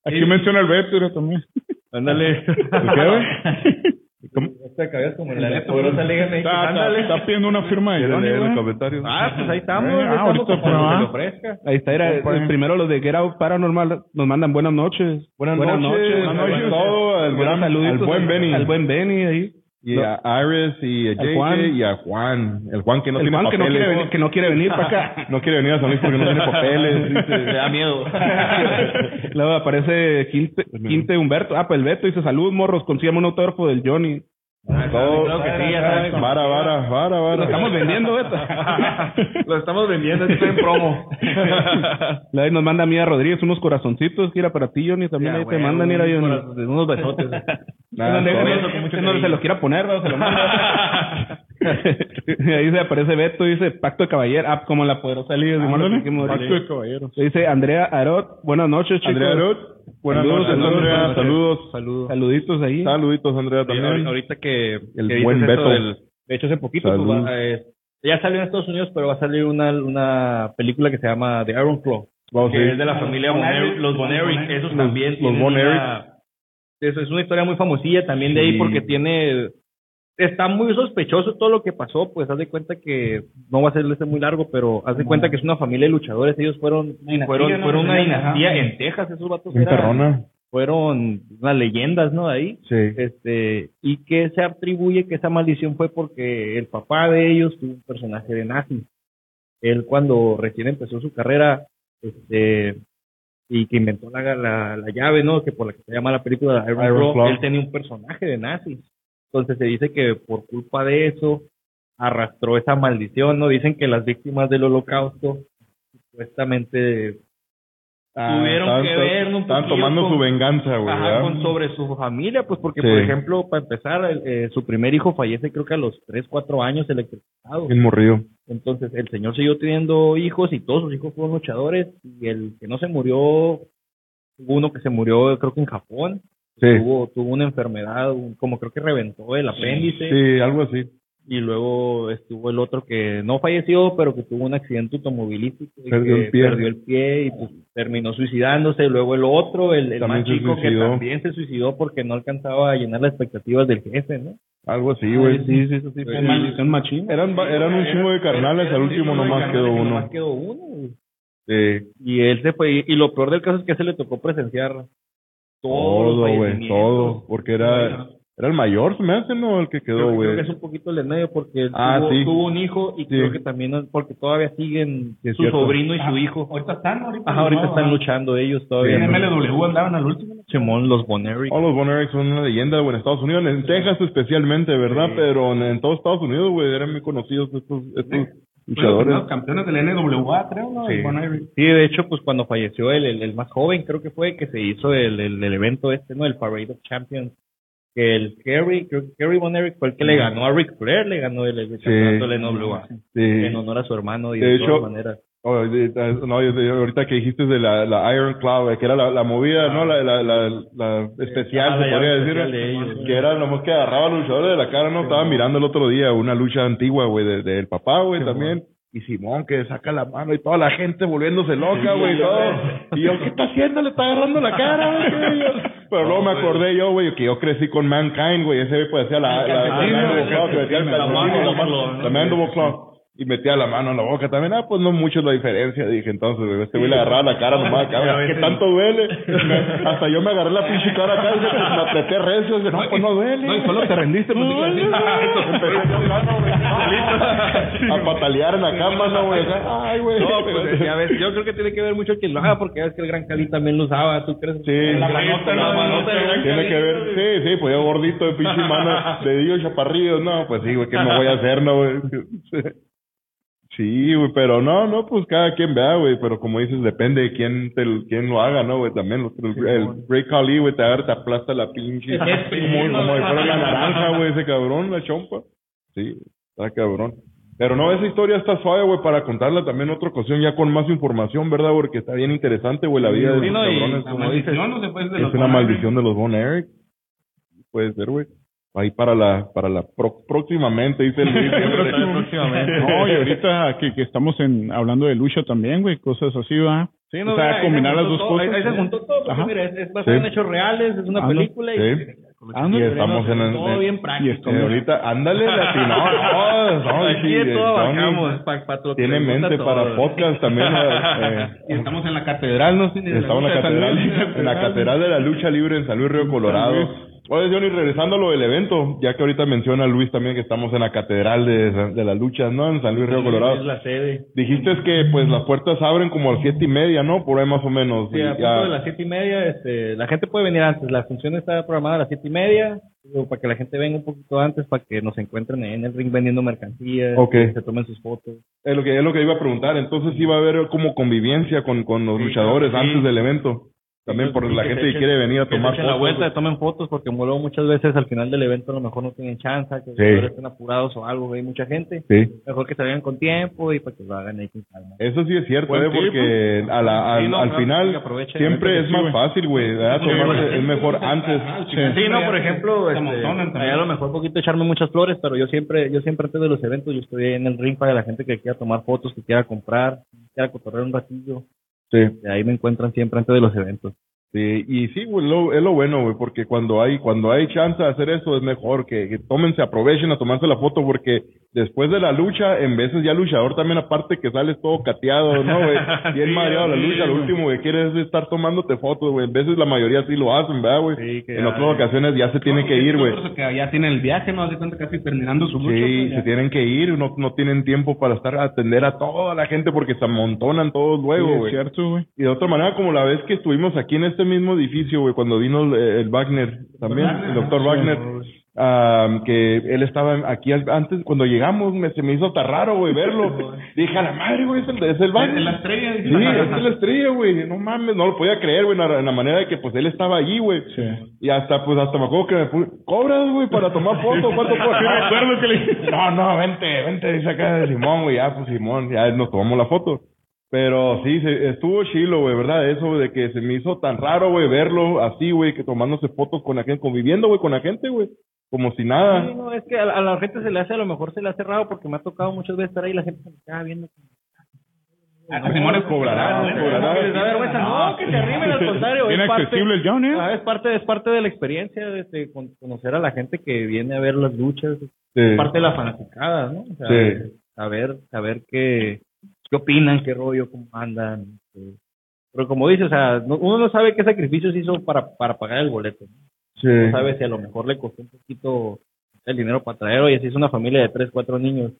[SPEAKER 3] Aquí menciona el Vector también.
[SPEAKER 2] Ándale.
[SPEAKER 4] ¿Qué, güey? ¿Cómo?
[SPEAKER 2] Este de cabello es como
[SPEAKER 1] El
[SPEAKER 2] la
[SPEAKER 1] Beto.
[SPEAKER 2] poderosa liga
[SPEAKER 3] Está,
[SPEAKER 2] mexicana.
[SPEAKER 3] está,
[SPEAKER 2] Ándale.
[SPEAKER 3] está pidiendo una firma de
[SPEAKER 4] ¿Quieren
[SPEAKER 3] Johnny,
[SPEAKER 4] leer
[SPEAKER 3] güey.
[SPEAKER 4] el comentario?
[SPEAKER 2] Ah, pues ahí estamos.
[SPEAKER 3] Eh, ah,
[SPEAKER 2] ahí estamos
[SPEAKER 3] ahorita
[SPEAKER 2] conforme
[SPEAKER 3] fue,
[SPEAKER 2] se
[SPEAKER 3] ah.
[SPEAKER 2] lo ofrezca.
[SPEAKER 1] Ahí está, era,
[SPEAKER 3] Compadre.
[SPEAKER 1] eh, primero los de Get Out Paranormal nos mandan buenas noches.
[SPEAKER 4] Buenas, noches.
[SPEAKER 1] buenas
[SPEAKER 4] Buenas noches. Todo, al, gran- al
[SPEAKER 1] saluditos
[SPEAKER 4] buen
[SPEAKER 1] al-
[SPEAKER 4] Benny.
[SPEAKER 1] Al buen Benny ahí.
[SPEAKER 4] Y
[SPEAKER 1] No.
[SPEAKER 4] a Iris y a
[SPEAKER 1] Al Juan.
[SPEAKER 4] JJ y a Juan. El Juan que no
[SPEAKER 1] el
[SPEAKER 4] tiene
[SPEAKER 1] Juan que no,
[SPEAKER 4] papeles.
[SPEAKER 1] quiere venir, que no quiere venir para acá.
[SPEAKER 4] No quiere venir a San Luis porque no tiene papeles. Este dice.
[SPEAKER 2] da miedo.
[SPEAKER 1] Luego aparece Quinte, Quinte Humberto. Ah, pues el Beto dice, salud, morros, consígame un autógrafo del Johnny.
[SPEAKER 4] Todo-
[SPEAKER 2] Claro que sí, ya sabes.
[SPEAKER 4] Vara, vara, vara,
[SPEAKER 1] Lo
[SPEAKER 4] vara.
[SPEAKER 1] estamos vendiendo, Beto.
[SPEAKER 2] Lo estamos vendiendo, esto en promo.
[SPEAKER 1] Ahí nos manda Mía Rodríguez unos corazoncitos, que era para ti, Johnny. También
[SPEAKER 2] Ya,
[SPEAKER 1] ahí te
[SPEAKER 2] güey,
[SPEAKER 1] mandan ir a
[SPEAKER 2] un
[SPEAKER 1] Johnny.
[SPEAKER 2] corazón- unos besotes.
[SPEAKER 4] Nada,
[SPEAKER 1] Donde-
[SPEAKER 4] todo.
[SPEAKER 1] donde- donde se los quiera poner, ¿verdad? se lo manda. ahí se aparece Beto, dice Pacto de Caballero. Ah, como la poderosa liga de Mono que hemos
[SPEAKER 3] Pacto
[SPEAKER 1] dicho.
[SPEAKER 3] de caballeros.
[SPEAKER 1] Dice Andrea Arot. Buenas noches, chicos.
[SPEAKER 4] Andrea Arot. Buenas
[SPEAKER 1] Saludos,
[SPEAKER 4] noches,
[SPEAKER 1] saludos,
[SPEAKER 4] Andrea. Saludos.
[SPEAKER 2] Saludos.
[SPEAKER 1] Saluditos ahí.
[SPEAKER 4] Saluditos, Andrea,
[SPEAKER 2] Oye, ahori-
[SPEAKER 4] también.
[SPEAKER 2] Ahorita que,
[SPEAKER 4] El
[SPEAKER 2] que dices
[SPEAKER 4] buen
[SPEAKER 2] eso
[SPEAKER 4] Beto.
[SPEAKER 2] de hecho, hace poquito
[SPEAKER 4] Salud.
[SPEAKER 2] pues, va- eh, ya salió en Estados Unidos, pero va a salir una, una película que se llama The Iron Claw,
[SPEAKER 4] Vamos a
[SPEAKER 2] que es
[SPEAKER 4] ir.
[SPEAKER 2] de la familia Von Erich, los Von Erich, esos también.
[SPEAKER 4] los
[SPEAKER 2] tienen
[SPEAKER 4] Von
[SPEAKER 2] una- es, es una historia muy famosilla también de ahí
[SPEAKER 4] Sí.
[SPEAKER 2] porque tiene está muy sospechoso todo lo que pasó, pues haz de cuenta que no va a ser este muy largo, pero haz de cuenta que es una familia de luchadores, ellos fueron fueron,
[SPEAKER 1] ¿no?
[SPEAKER 2] fueron una
[SPEAKER 1] Ajá.
[SPEAKER 5] eh,
[SPEAKER 2] dinastía en Texas, esos vatos
[SPEAKER 4] En
[SPEAKER 2] eran-
[SPEAKER 4] Perrona.
[SPEAKER 2] fueron unas leyendas, ¿no? De ahí
[SPEAKER 4] Sí.
[SPEAKER 2] este y que se atribuye que esa maldición fue porque el papá de ellos tuvo un personaje de nazi él cuando recién empezó su carrera este y que inventó la, la, la llave no que por la que se llama la película Iron,
[SPEAKER 4] Iron
[SPEAKER 2] Claw,
[SPEAKER 4] Claw.
[SPEAKER 2] él tenía un personaje de nazi entonces se dice que por culpa de eso arrastró esa maldición, ¿no? Dicen que las víctimas del holocausto supuestamente
[SPEAKER 4] Ah,
[SPEAKER 2] tuvieron
[SPEAKER 4] estaban
[SPEAKER 2] que
[SPEAKER 4] to-
[SPEAKER 2] ver un
[SPEAKER 4] Estaban
[SPEAKER 2] poquillo
[SPEAKER 4] tomando
[SPEAKER 2] con-
[SPEAKER 4] su venganza, güey.
[SPEAKER 2] Ajá,
[SPEAKER 4] ¿verdad?
[SPEAKER 2] con sobre su familia, pues porque,
[SPEAKER 4] Sí.
[SPEAKER 2] por ejemplo, para empezar, el- eh, su primer hijo fallece creo que a los 3, 4 años electrocutado.
[SPEAKER 4] Bien morrido.
[SPEAKER 2] Entonces, el señor siguió teniendo hijos y todos sus hijos fueron luchadores y el que no se murió, hubo uno que se murió creo que en Japón,
[SPEAKER 4] Sí.
[SPEAKER 2] tuvo, tuvo una enfermedad, un- como creo que reventó el apéndice
[SPEAKER 4] Sí, algo así.
[SPEAKER 2] y luego estuvo el otro que no falleció, pero que tuvo un accidente automovilístico y
[SPEAKER 4] Perdió
[SPEAKER 2] que
[SPEAKER 4] el pie.
[SPEAKER 2] perdió el pie y pues, terminó suicidándose. Luego el otro, el, el más
[SPEAKER 4] También se
[SPEAKER 2] chico, que
[SPEAKER 4] suicidó.
[SPEAKER 2] también se suicidó porque no alcanzaba a llenar las expectativas del jefe, ¿no?
[SPEAKER 4] Algo así, güey.
[SPEAKER 1] Sí, sí, eso sí, fue
[SPEAKER 2] Sí.
[SPEAKER 1] maldición machín.
[SPEAKER 2] eh,
[SPEAKER 4] Eran, ba- eran un chingo de carnales, al último nomás quedó uno.
[SPEAKER 2] Nomás quedó uno. güey.
[SPEAKER 4] Sí.
[SPEAKER 2] Y él se fue. Y, y lo peor del caso es que a ese le tocó presenciar todo,
[SPEAKER 4] Todo, güey, todo. Porque era, era el mayor, se me hace, ¿no? El que
[SPEAKER 2] Creo,
[SPEAKER 4] quedó,
[SPEAKER 2] que- creo
[SPEAKER 4] güey.
[SPEAKER 2] que es un poquito el en medio porque él
[SPEAKER 4] Ah,
[SPEAKER 2] tuvo,
[SPEAKER 4] sí.
[SPEAKER 2] tuvo un hijo y
[SPEAKER 4] Sí.
[SPEAKER 2] creo que también, porque todavía siguen
[SPEAKER 4] Sí, es
[SPEAKER 2] su
[SPEAKER 4] cierto.
[SPEAKER 2] sobrino y su hijo.
[SPEAKER 5] Ahorita están, ahorita.
[SPEAKER 2] Ajá, Ah. ahorita
[SPEAKER 5] no,
[SPEAKER 2] están eh,
[SPEAKER 5] ah.
[SPEAKER 2] luchando ellos todavía.
[SPEAKER 5] En
[SPEAKER 2] ¿no?
[SPEAKER 5] MLW andaban al último.
[SPEAKER 2] Simón, los Boneri.
[SPEAKER 4] Todos los Von Erichs son una leyenda, güey, en Estados Unidos, en Texas especialmente, ¿verdad? Pero en, en todo Estados Unidos, güey, eran muy conocidos estos, estos luchadores.
[SPEAKER 5] Los campeones del NWA, creo, ¿no?
[SPEAKER 2] Sí.
[SPEAKER 5] El Bon Iver.
[SPEAKER 2] Sí, de hecho, pues cuando falleció el, el, el más joven, creo que fue que se hizo el, el, el evento este, ¿no? El Parade of Champions. Que el Kerry, creo que Kerry Von Erich fue el que le ganó a Ric Flair, le ganó el, el campeonato de NWA.
[SPEAKER 4] Sí.
[SPEAKER 2] En honor a su hermano y
[SPEAKER 4] De
[SPEAKER 2] de, todas
[SPEAKER 4] hecho-
[SPEAKER 2] maneras.
[SPEAKER 4] Oh, de- de- no, yo- yo- ahorita que dijiste de la, la Iron Claw, güey, que era la, la movida, ¿no? La, la, la, la especial,
[SPEAKER 2] Ah,
[SPEAKER 4] se
[SPEAKER 2] la
[SPEAKER 4] podría
[SPEAKER 2] llave
[SPEAKER 4] decir.
[SPEAKER 2] especial de ellos.
[SPEAKER 4] que era nomás que agarraba al luchador de la cara, ¿no? Estaba mirando el otro día una lucha antigua, güey, de- del papá, güey, también. Y Simón que saca la mano y toda la gente volviéndose loca, güey, y todo. Y yo, ¿qué está haciendo? Le está agarrando la cara, güey. Yo- Pero luego me acordé yo, güey, que yo crecí con Mankind, güey. Ese güey pues hacía la... la- la-
[SPEAKER 5] calcetín,
[SPEAKER 4] la-
[SPEAKER 5] güey,
[SPEAKER 4] la- la- que metía
[SPEAKER 5] la
[SPEAKER 4] el calcetín,
[SPEAKER 5] mano,
[SPEAKER 4] la
[SPEAKER 5] la
[SPEAKER 4] mano,
[SPEAKER 5] mano,
[SPEAKER 4] la mandible claw. Y metía la mano en la boca también. Ah, pues no mucho la diferencia, dije. Entonces, güey, este güey le agarraba la cara nomás, cabrón. ¿Qué tanto duele? Me- hasta yo me agarré la pinche cara acá y me me apreté recio. Dije, no, pues no duele.
[SPEAKER 1] No, y solo te rendiste. pues,
[SPEAKER 4] No
[SPEAKER 1] sí,
[SPEAKER 4] duele,
[SPEAKER 1] así.
[SPEAKER 4] güey. Empecé yo, mano, güey, no. A patalear en la cama, no, güey. Ay, güey.
[SPEAKER 2] No, pues ya ves, yo creo que tiene que ver mucho que lo haga, porque ya ves que el Gran Cali también lo usaba, ¿tú crees?
[SPEAKER 4] Sí,
[SPEAKER 2] la manota, la manota del Gran
[SPEAKER 4] Tiene
[SPEAKER 2] Cali.
[SPEAKER 4] que ver, sí, sí, pues yo gordito de pinche mano, de Dios chaparrillo, no, pues sí, güey, ¿qué me voy a hacer, no, güey? Sí, güey, pero no, no, pues cada quien vea, güey, pero como dices, depende de quién, te, lo- quién lo haga, ¿no, güey? También los- el, el Ray Khali, güey, te, agarra, te aplasta la pinche, como, como si fuera una naranja, güey, ese cabrón, la chompa. Sí, está cabrón. Pero no, esa historia está suave, güey, para contarla también otra ocasión, ya con más información, ¿verdad? Porque está bien interesante, güey, la vida de
[SPEAKER 2] Sí,
[SPEAKER 4] los
[SPEAKER 2] no, y
[SPEAKER 4] cabrones.
[SPEAKER 2] la
[SPEAKER 4] como dices.
[SPEAKER 5] Maldición, no se puede de
[SPEAKER 4] Es
[SPEAKER 5] los
[SPEAKER 4] una
[SPEAKER 5] Von Iver.
[SPEAKER 4] maldición de los Von Eric. Puede ser, güey. Ahí para la, para la pro- próximamente, dice Luis.
[SPEAKER 2] Próximamente.
[SPEAKER 3] No, y ahorita que, que estamos en, hablando de lucha también, güey, cosas así, va.
[SPEAKER 2] Sí,
[SPEAKER 3] O sea,
[SPEAKER 2] ahí se
[SPEAKER 3] combinar las
[SPEAKER 2] juntó
[SPEAKER 3] dos
[SPEAKER 2] todo,
[SPEAKER 3] cosas.
[SPEAKER 2] Ahí, ahí se juntó todo, porque
[SPEAKER 3] Ajá.
[SPEAKER 2] mira, es, es basado
[SPEAKER 4] Sí. Ah,
[SPEAKER 2] en hechos reales, es una
[SPEAKER 3] Ándale.
[SPEAKER 2] película y,
[SPEAKER 4] Sí.
[SPEAKER 1] Ah,
[SPEAKER 3] Ándale,
[SPEAKER 4] Y estamos en el-
[SPEAKER 2] todo bien
[SPEAKER 3] y
[SPEAKER 2] práctico.
[SPEAKER 4] Y
[SPEAKER 3] estamos
[SPEAKER 4] ahorita, ándale, latino. No, no,
[SPEAKER 2] Aquí
[SPEAKER 4] sí,
[SPEAKER 2] todo
[SPEAKER 4] Johnny
[SPEAKER 2] abarcamos, pa- pa- todo
[SPEAKER 4] Tiene
[SPEAKER 2] pregunta
[SPEAKER 4] mente
[SPEAKER 2] todo.
[SPEAKER 4] para podcast también. eh, eh,
[SPEAKER 5] Y estamos en la catedral, no sé. ni de
[SPEAKER 4] Estaba en la
[SPEAKER 5] lucha de San
[SPEAKER 4] catedral,
[SPEAKER 5] Luis.
[SPEAKER 4] en la catedral de la lucha libre en San Luis Río Colorado. Oye, Johnny, regresando a lo del evento, ya que ahorita menciona Luis también que estamos en la catedral de, de la lucha, ¿no? En San Luis Río Colorado.
[SPEAKER 2] Es la sede.
[SPEAKER 4] Dijiste que pues las puertas abren como a las siete y media, ¿no? Por ahí más o menos.
[SPEAKER 2] Sí,
[SPEAKER 4] Y
[SPEAKER 2] a
[SPEAKER 4] ya-
[SPEAKER 2] punto de las siete y media, este, la gente puede venir antes. La función está programada a las siete y media, digo, para que la gente venga un poquito antes, para que nos encuentren ahí en el ring vendiendo mercancías,
[SPEAKER 4] Ok.
[SPEAKER 2] que se tomen sus fotos.
[SPEAKER 4] Es lo que es lo que iba a preguntar. Entonces iba a haber como convivencia con, con los
[SPEAKER 2] Sí,
[SPEAKER 4] luchadores
[SPEAKER 2] claro que sí.
[SPEAKER 4] antes del evento. También por
[SPEAKER 2] Sí,
[SPEAKER 4] la
[SPEAKER 2] que
[SPEAKER 4] gente
[SPEAKER 2] se
[SPEAKER 4] que
[SPEAKER 2] echen-
[SPEAKER 4] quiere venir a
[SPEAKER 2] que se
[SPEAKER 4] tomar
[SPEAKER 2] echen la
[SPEAKER 4] fotos.
[SPEAKER 2] vuelta, tomen fotos, porque luego muchas veces al final del evento a lo mejor no tienen chance, que los
[SPEAKER 4] Sí.
[SPEAKER 2] jugadores estén apurados o algo, hay mucha gente.
[SPEAKER 4] Sí.
[SPEAKER 2] Mejor que se vayan con tiempo y para que lo hagan ahí con calma.
[SPEAKER 4] Eso sí es cierto,
[SPEAKER 3] Buen
[SPEAKER 4] eh, porque a la, al,
[SPEAKER 2] Sí, no,
[SPEAKER 4] al
[SPEAKER 2] claro, que
[SPEAKER 4] final
[SPEAKER 2] aprovechen,
[SPEAKER 4] siempre
[SPEAKER 2] ahorita
[SPEAKER 4] es más fácil, güey. ¿verdad?
[SPEAKER 5] Sí,
[SPEAKER 4] Tomarse-
[SPEAKER 5] güey.
[SPEAKER 4] Es mejor antes.
[SPEAKER 5] final
[SPEAKER 2] Sí, no,
[SPEAKER 5] ya
[SPEAKER 2] por
[SPEAKER 5] se-
[SPEAKER 2] ejemplo,
[SPEAKER 5] se
[SPEAKER 2] este,
[SPEAKER 5] amontonan también.
[SPEAKER 2] ahí a lo mejor poquito echarme muchas flores, pero yo siempre, yo siempre antes de los eventos, yo estoy ahí en el ring para la gente que quiera tomar fotos, que quiera comprar, que quiera cotorrear un ratillo.
[SPEAKER 4] Sí.
[SPEAKER 2] De ahí me encuentran siempre antes de los eventos.
[SPEAKER 4] Sí, y sí, güey, lo- es lo bueno, güey, porque cuando hay, cuando hay chance de hacer eso es mejor que, que tomen, se aprovechen a tomarse la foto, porque después de la lucha, en veces ya luchador también, aparte que sales todo cateado, ¿no, güey? Bien mareado la lucha, lo último que quieres es estar tomándote fotos, güey. En veces la mayoría sí lo hacen, ¿verdad, güey?
[SPEAKER 2] Sí, que
[SPEAKER 4] en
[SPEAKER 2] ya,
[SPEAKER 4] otras
[SPEAKER 2] güey.
[SPEAKER 4] ocasiones ya se tienen
[SPEAKER 5] No,
[SPEAKER 4] que
[SPEAKER 5] y
[SPEAKER 4] ir, güey.
[SPEAKER 5] otros Que ya tienen el viaje, ¿no? Hace cuenta casi terminando su lucha.
[SPEAKER 4] Sí,
[SPEAKER 5] pues, ya.
[SPEAKER 4] se tienen que ir, no, no tienen tiempo para estar a atender a toda la gente porque se amontonan todos
[SPEAKER 3] Sí,
[SPEAKER 4] luego,
[SPEAKER 3] es
[SPEAKER 4] güey.
[SPEAKER 3] cierto, güey.
[SPEAKER 4] Y de otra manera, como la vez que estuvimos aquí en este mismo edificio, güey, cuando vino el, el Wagner, también, el doctor Wagner, ah, que él estaba aquí al- antes, cuando llegamos, me, se me hizo tan raro, güey, verlo. Dije, a la madre, güey, es el, es el vato".
[SPEAKER 5] En la estrella.
[SPEAKER 4] Sí, es la estrella, güey. No mames, no lo podía creer, güey, en la, en la manera de que, pues, él estaba allí, güey. Y hasta, pues, hasta me acuerdo que me puse, cobras, güey, para tomar foto, ¿cuánto cobras?
[SPEAKER 3] recuerdo que le
[SPEAKER 4] No, no, vente, vente, dice acá de Simón, güey, ya, pues Simón, ya nos tomamos la foto. Pero sí, se- estuvo chilo, güey, ¿verdad? Eso güey, de que se me hizo tan raro, güey, verlo así, güey, que tomándose fotos con la gente, conviviendo, güey, con la gente, güey, como
[SPEAKER 2] Sí,
[SPEAKER 4] si nada.
[SPEAKER 2] no, es que a la, a la gente se le hace, a lo mejor se le hace raro porque me ha tocado muchas veces estar ahí y la gente se me queda viendo.
[SPEAKER 5] Simón cobrará.
[SPEAKER 2] ¿Cómo Ah, que les da vergüenza? No, que se arrimen, al contrario.
[SPEAKER 3] Bien
[SPEAKER 2] es parte,
[SPEAKER 3] accesible el John, ¿eh?
[SPEAKER 2] ah, es parte, es parte de la experiencia, este, con- conocer a la gente que viene a ver las luchas, es
[SPEAKER 4] Sí,
[SPEAKER 2] parte de la fanaticada, ¿no? O sea,
[SPEAKER 4] Sí.
[SPEAKER 2] saber, saber qué, qué opinan, qué rollo, cómo andan. este. Pero como dices, o sea, no- uno no sabe qué sacrificios hizo para, para pagar el boleto. ¿no?
[SPEAKER 4] sí.
[SPEAKER 2] No sabe si a lo mejor le costó un poquito el dinero para traer, oye, si es una familia de tres, cuatro niños,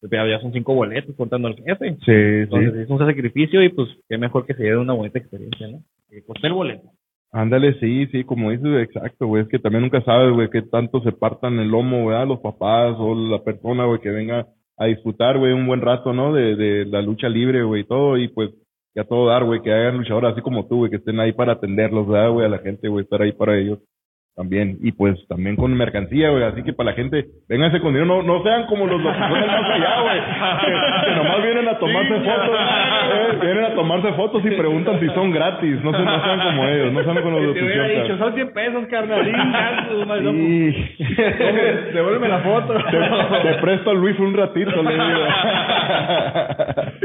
[SPEAKER 2] pues ya ya son cinco boletos contando al jefe.
[SPEAKER 4] Sí, sí.
[SPEAKER 2] Entonces es un sacrificio y pues qué mejor que se lleve una bonita experiencia, ¿no? Que costé el boleto.
[SPEAKER 4] Ándale, sí, sí, como dices, güey, exacto, güey. Es que también nunca sabes, güey, qué tanto se partan el lomo, güey, a los papás o la persona, güey, que venga a disfrutar, güey, un buen rato, ¿no? De, de la lucha libre, güey, y todo. Y pues, que a todo dar, güey, que hagan luchadores así como tú, güey, que estén ahí para atenderlos, ¿verdad, güey? A la gente, güey, estar ahí para ellos también. Y pues, también con mercancía, güey. Así que para la gente, vénganse con dinero, no, no sean como los locutores más allá, güey. Que, que nomás vienen a tomarse fotos, eh, vienen a tomarse fotos y preguntan si son gratis. No, se, no sean como ellos, no sean como los locutores.
[SPEAKER 2] son 100 pesos, carnalín.
[SPEAKER 4] Sí.
[SPEAKER 2] Devuélveme la foto.
[SPEAKER 4] Te, te presto a Luis un ratito, le digo.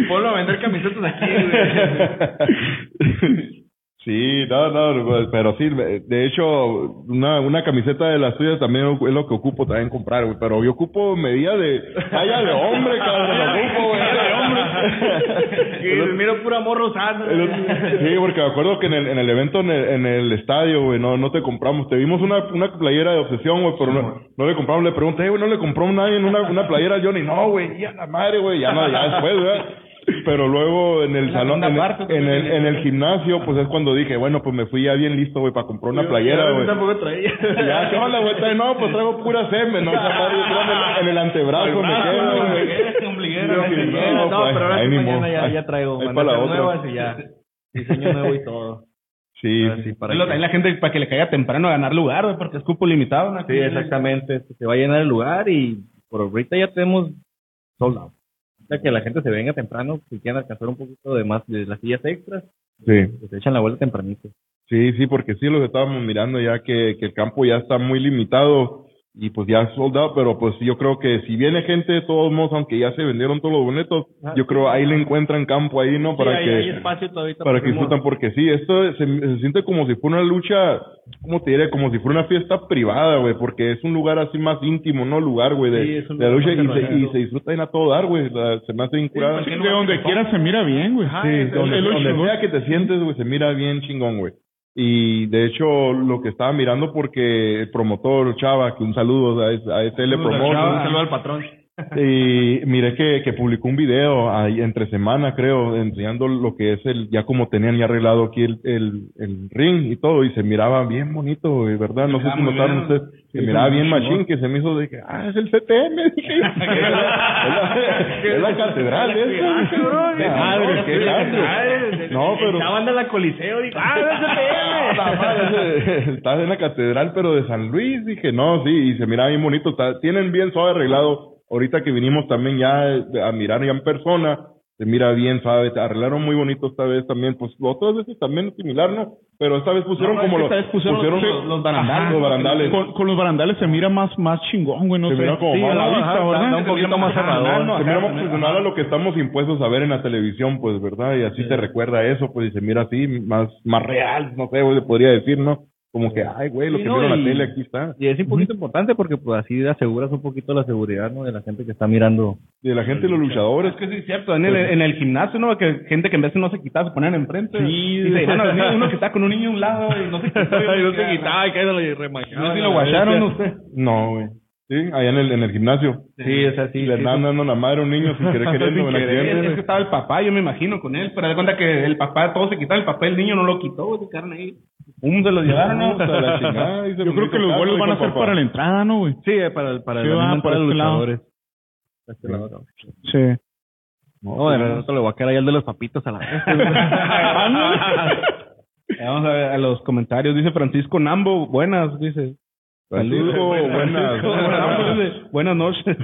[SPEAKER 5] Ponlo a vender camisetas aquí,
[SPEAKER 4] Sí, no, no, pues, pero sí, de hecho, una, una camiseta de las tuyas también es lo que ocupo también comprar, güey, pero yo ocupo medida de talla de hombre, cabrón, lo ocupo, güey, talla de hombre.
[SPEAKER 2] miro pura morro sano.
[SPEAKER 4] El otro- Sí, porque me acuerdo que en el, en el evento en el, en el estadio, güey, no, no te compramos. Te vimos una, una playera de obsesión, güey, pero no, no le compramos. Le pregunté, "Eh, güey, no le compró nadie una, una playera a Johnny. No, güey, ya la madre, güey, ya, no, ya después, ¿verdad? Pero luego en el salón, en, el- en el, en el gimnasio, pues es cuando dije, bueno, pues me fui ya bien listo, güey, para comprar una playera, güey.
[SPEAKER 2] Tampoco traía.
[SPEAKER 4] Ya, ¿qué onda, güey? Trae- No, pues traigo pura semen, ¿no? Esa madre, yo traigo en el- en el antebrazo, me quedo, güey.
[SPEAKER 2] No,
[SPEAKER 4] No, pues,
[SPEAKER 2] pero ahora
[SPEAKER 4] ahí
[SPEAKER 2] sí
[SPEAKER 4] ni
[SPEAKER 2] mañana
[SPEAKER 4] modo.
[SPEAKER 2] ya, ya traigo
[SPEAKER 4] Ahí para la
[SPEAKER 2] manetas
[SPEAKER 4] otra.
[SPEAKER 2] nuevas y ya. Diseño nuevo y todo.
[SPEAKER 4] Ah, Sí,
[SPEAKER 2] Ahora sí, para
[SPEAKER 5] Ahí lo
[SPEAKER 2] que-
[SPEAKER 5] trae la gente para que le caiga temprano a ganar lugar, güey, porque es cupo limitado. ¿no?
[SPEAKER 2] Sí, exactamente. este, Se va a llenar el lugar y por ahorita ya tenemos sold out. O sea, que la gente se venga temprano, si quieren alcanzar un poquito de más de las sillas extras,
[SPEAKER 4] sí.
[SPEAKER 2] pues se echan la vuelta tempranito.
[SPEAKER 4] Sí, sí, porque sí los estábamos mirando ya que, que el campo ya está muy limitado y pues ya soldado, pero pues yo creo que si viene gente de todos modos, aunque ya se vendieron todos los boletos,
[SPEAKER 2] Ajá.
[SPEAKER 4] yo creo ahí le encuentran campo ahí, ¿no? Para que
[SPEAKER 2] espacio todavía.
[SPEAKER 4] para que disfrutan, porque sí, esto se, se siente como si fuera una lucha, ¿cómo te diré? Como si fuera una fiesta privada, güey, porque es un lugar así más íntimo, ¿no? Lugar, güey, de,
[SPEAKER 2] Sí, es un
[SPEAKER 4] de la
[SPEAKER 2] lugar
[SPEAKER 4] lucha
[SPEAKER 2] más
[SPEAKER 4] y se, y
[SPEAKER 2] cerrado.
[SPEAKER 4] se disfruta en a todo dar, güey, la- se me hace incurada.
[SPEAKER 3] De donde quiera se mira bien, güey.
[SPEAKER 4] Sí,
[SPEAKER 3] El-
[SPEAKER 4] donde,
[SPEAKER 3] el
[SPEAKER 4] donde
[SPEAKER 3] Oshigo.
[SPEAKER 4] sea que te sientes, güey, se mira bien chingón, güey. Y de hecho, lo que estaba mirando, porque el promotor Chava, que un saludo a, ese- a E ese le
[SPEAKER 5] Un
[SPEAKER 4] promotor,
[SPEAKER 5] saludo al patrón.
[SPEAKER 4] y miré que, que publicó un video ahí entre semana, creo, enseñando lo que es el, ya como tenían ya arreglado aquí el, el, el ring y todo, y se miraba bien bonito, güey, ¿verdad? No sé
[SPEAKER 5] Ah,
[SPEAKER 4] si
[SPEAKER 5] muy
[SPEAKER 4] notaron
[SPEAKER 5] bien.
[SPEAKER 4] ustedes, se miraba bien machín, que se me hizo de que, ah, es el CTM, dije, es la, es la
[SPEAKER 1] Ah,
[SPEAKER 4] catedral, esa. Qué madre, qué grande. No, pero.
[SPEAKER 2] banda la coliseo, digo, ¡ah,
[SPEAKER 4] La madre, ese- Estás en la catedral, pero de San Luis. Dije, no, sí, y se mira bien bonito. está- tienen bien suave arreglado. Ahorita que vinimos también ya eh, a mirar ya en persona, se mira bien suave. Arreglaron muy bonito esta vez también. Pues otras veces también es similar, ¿no? Pero esta vez pusieron
[SPEAKER 3] No, es
[SPEAKER 4] como
[SPEAKER 3] que
[SPEAKER 4] los,
[SPEAKER 3] esta vez pusieron los- los barandales.
[SPEAKER 4] Ajá, los barandales.
[SPEAKER 3] Con, con los barandales se mira más, más chingón, güey. No
[SPEAKER 4] Se
[SPEAKER 3] sé.
[SPEAKER 4] mira como
[SPEAKER 3] Sí,
[SPEAKER 4] más
[SPEAKER 3] a la
[SPEAKER 4] bonito,
[SPEAKER 3] vista,
[SPEAKER 2] ¿verdad?
[SPEAKER 3] ¿verdad?
[SPEAKER 2] un poquito más cerradón.
[SPEAKER 4] Se mira más pues, profesional a lo que estamos impuestos a ver en la televisión, pues, ¿verdad? Y así te recuerda a eso, pues, y se mira así, más, más real, no sé, güey, se podría decir, ¿no? Como que, ay, güey, lo
[SPEAKER 2] Sí,
[SPEAKER 4] que
[SPEAKER 2] no,
[SPEAKER 4] vieron en
[SPEAKER 2] y-
[SPEAKER 4] la tele, aquí está.
[SPEAKER 2] Y es un poquito importante porque pues así aseguras un poquito la seguridad ¿no? de la gente que está mirando.
[SPEAKER 4] Y de la gente y los luchadores.
[SPEAKER 5] Es que sí, es cierto. En el, en el gimnasio, ¿no? Que gente que en vez de no se quitaba se ponían enfrente. y se llenaron los niños, uno que está con un niño a un lado y no se quitaba.
[SPEAKER 2] y que lo Este,
[SPEAKER 5] No sé si lo guacharon, no sé.
[SPEAKER 4] No, güey. Sí, allá en el, en el gimnasio.
[SPEAKER 2] Sí, es así.
[SPEAKER 4] Le andaban dando la madre a un niño sin querer queriendo en accidente.
[SPEAKER 1] Es que estaba el papá, yo me imagino, con él, pero de cuenta que el papá, todo se quitaba, el papá, el niño no lo quitó, güey, se quedaron ahí.
[SPEAKER 4] Un se lo llevaron, ¿no? Hasta la chingada, dice
[SPEAKER 3] Yo creo
[SPEAKER 4] Benito
[SPEAKER 3] que los
[SPEAKER 4] Castro,
[SPEAKER 3] vuelos van a
[SPEAKER 4] dijo
[SPEAKER 3] ser
[SPEAKER 4] pues, papá.
[SPEAKER 3] para la entrada, ¿no, güey?
[SPEAKER 1] eh,
[SPEAKER 2] Sí, para, para,
[SPEAKER 3] Sí, va,
[SPEAKER 2] para,
[SPEAKER 3] para
[SPEAKER 2] los
[SPEAKER 3] este lado.
[SPEAKER 2] luchadores. Para este lado.
[SPEAKER 3] Sí.
[SPEAKER 2] No, de rato le voy a quedar ahí al de los papitos a la
[SPEAKER 1] Vamos a ver a los comentarios, dice Francisco Nambo, buenas, dice.
[SPEAKER 4] Saludos, buenas.
[SPEAKER 1] Buenas, buenas noches.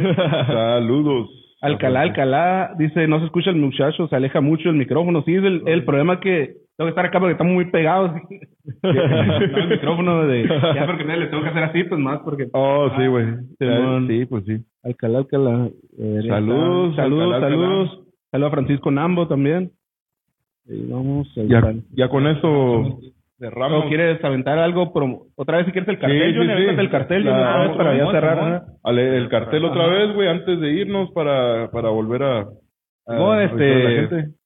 [SPEAKER 4] Saludos.
[SPEAKER 1] Alcalá, Alcalá, dice, no se escucha el muchacho, se aleja mucho el micrófono. Sí, es el, el problema es que tengo que estar acá porque estamos muy pegados. No, el micrófono de... Ya porque mira, le tengo que hacer así, pues más porque...
[SPEAKER 4] Oh, sí, güey.
[SPEAKER 1] Simón.
[SPEAKER 4] Sí, pues sí.
[SPEAKER 1] Alcalá, Alcalá. a
[SPEAKER 2] Eh,
[SPEAKER 1] ver, ahí
[SPEAKER 4] Saludos,
[SPEAKER 1] está. saludos,
[SPEAKER 4] Alcalá, Alcalá.
[SPEAKER 1] saludos. Saludos a Francisco Nambo también. Y vamos, ahí
[SPEAKER 4] Ya,
[SPEAKER 1] está.
[SPEAKER 4] ya con eso
[SPEAKER 1] ¿O
[SPEAKER 4] cerramos.
[SPEAKER 1] quieres aventar algo? Promo- Otra vez si quieres el
[SPEAKER 4] Sí,
[SPEAKER 1] cartel,
[SPEAKER 4] sí,
[SPEAKER 1] Johnny,
[SPEAKER 4] sí.
[SPEAKER 1] aviéntate el cartel,
[SPEAKER 4] La-
[SPEAKER 1] Johnny, otra vez
[SPEAKER 4] vamos
[SPEAKER 1] para ya
[SPEAKER 4] Simón,
[SPEAKER 1] cerrar.
[SPEAKER 4] Simón. Ale- el cartel otra vez, güey, antes de irnos para, para volver a... a-
[SPEAKER 2] No,
[SPEAKER 4] a
[SPEAKER 2] este-
[SPEAKER 4] avisar a la gente.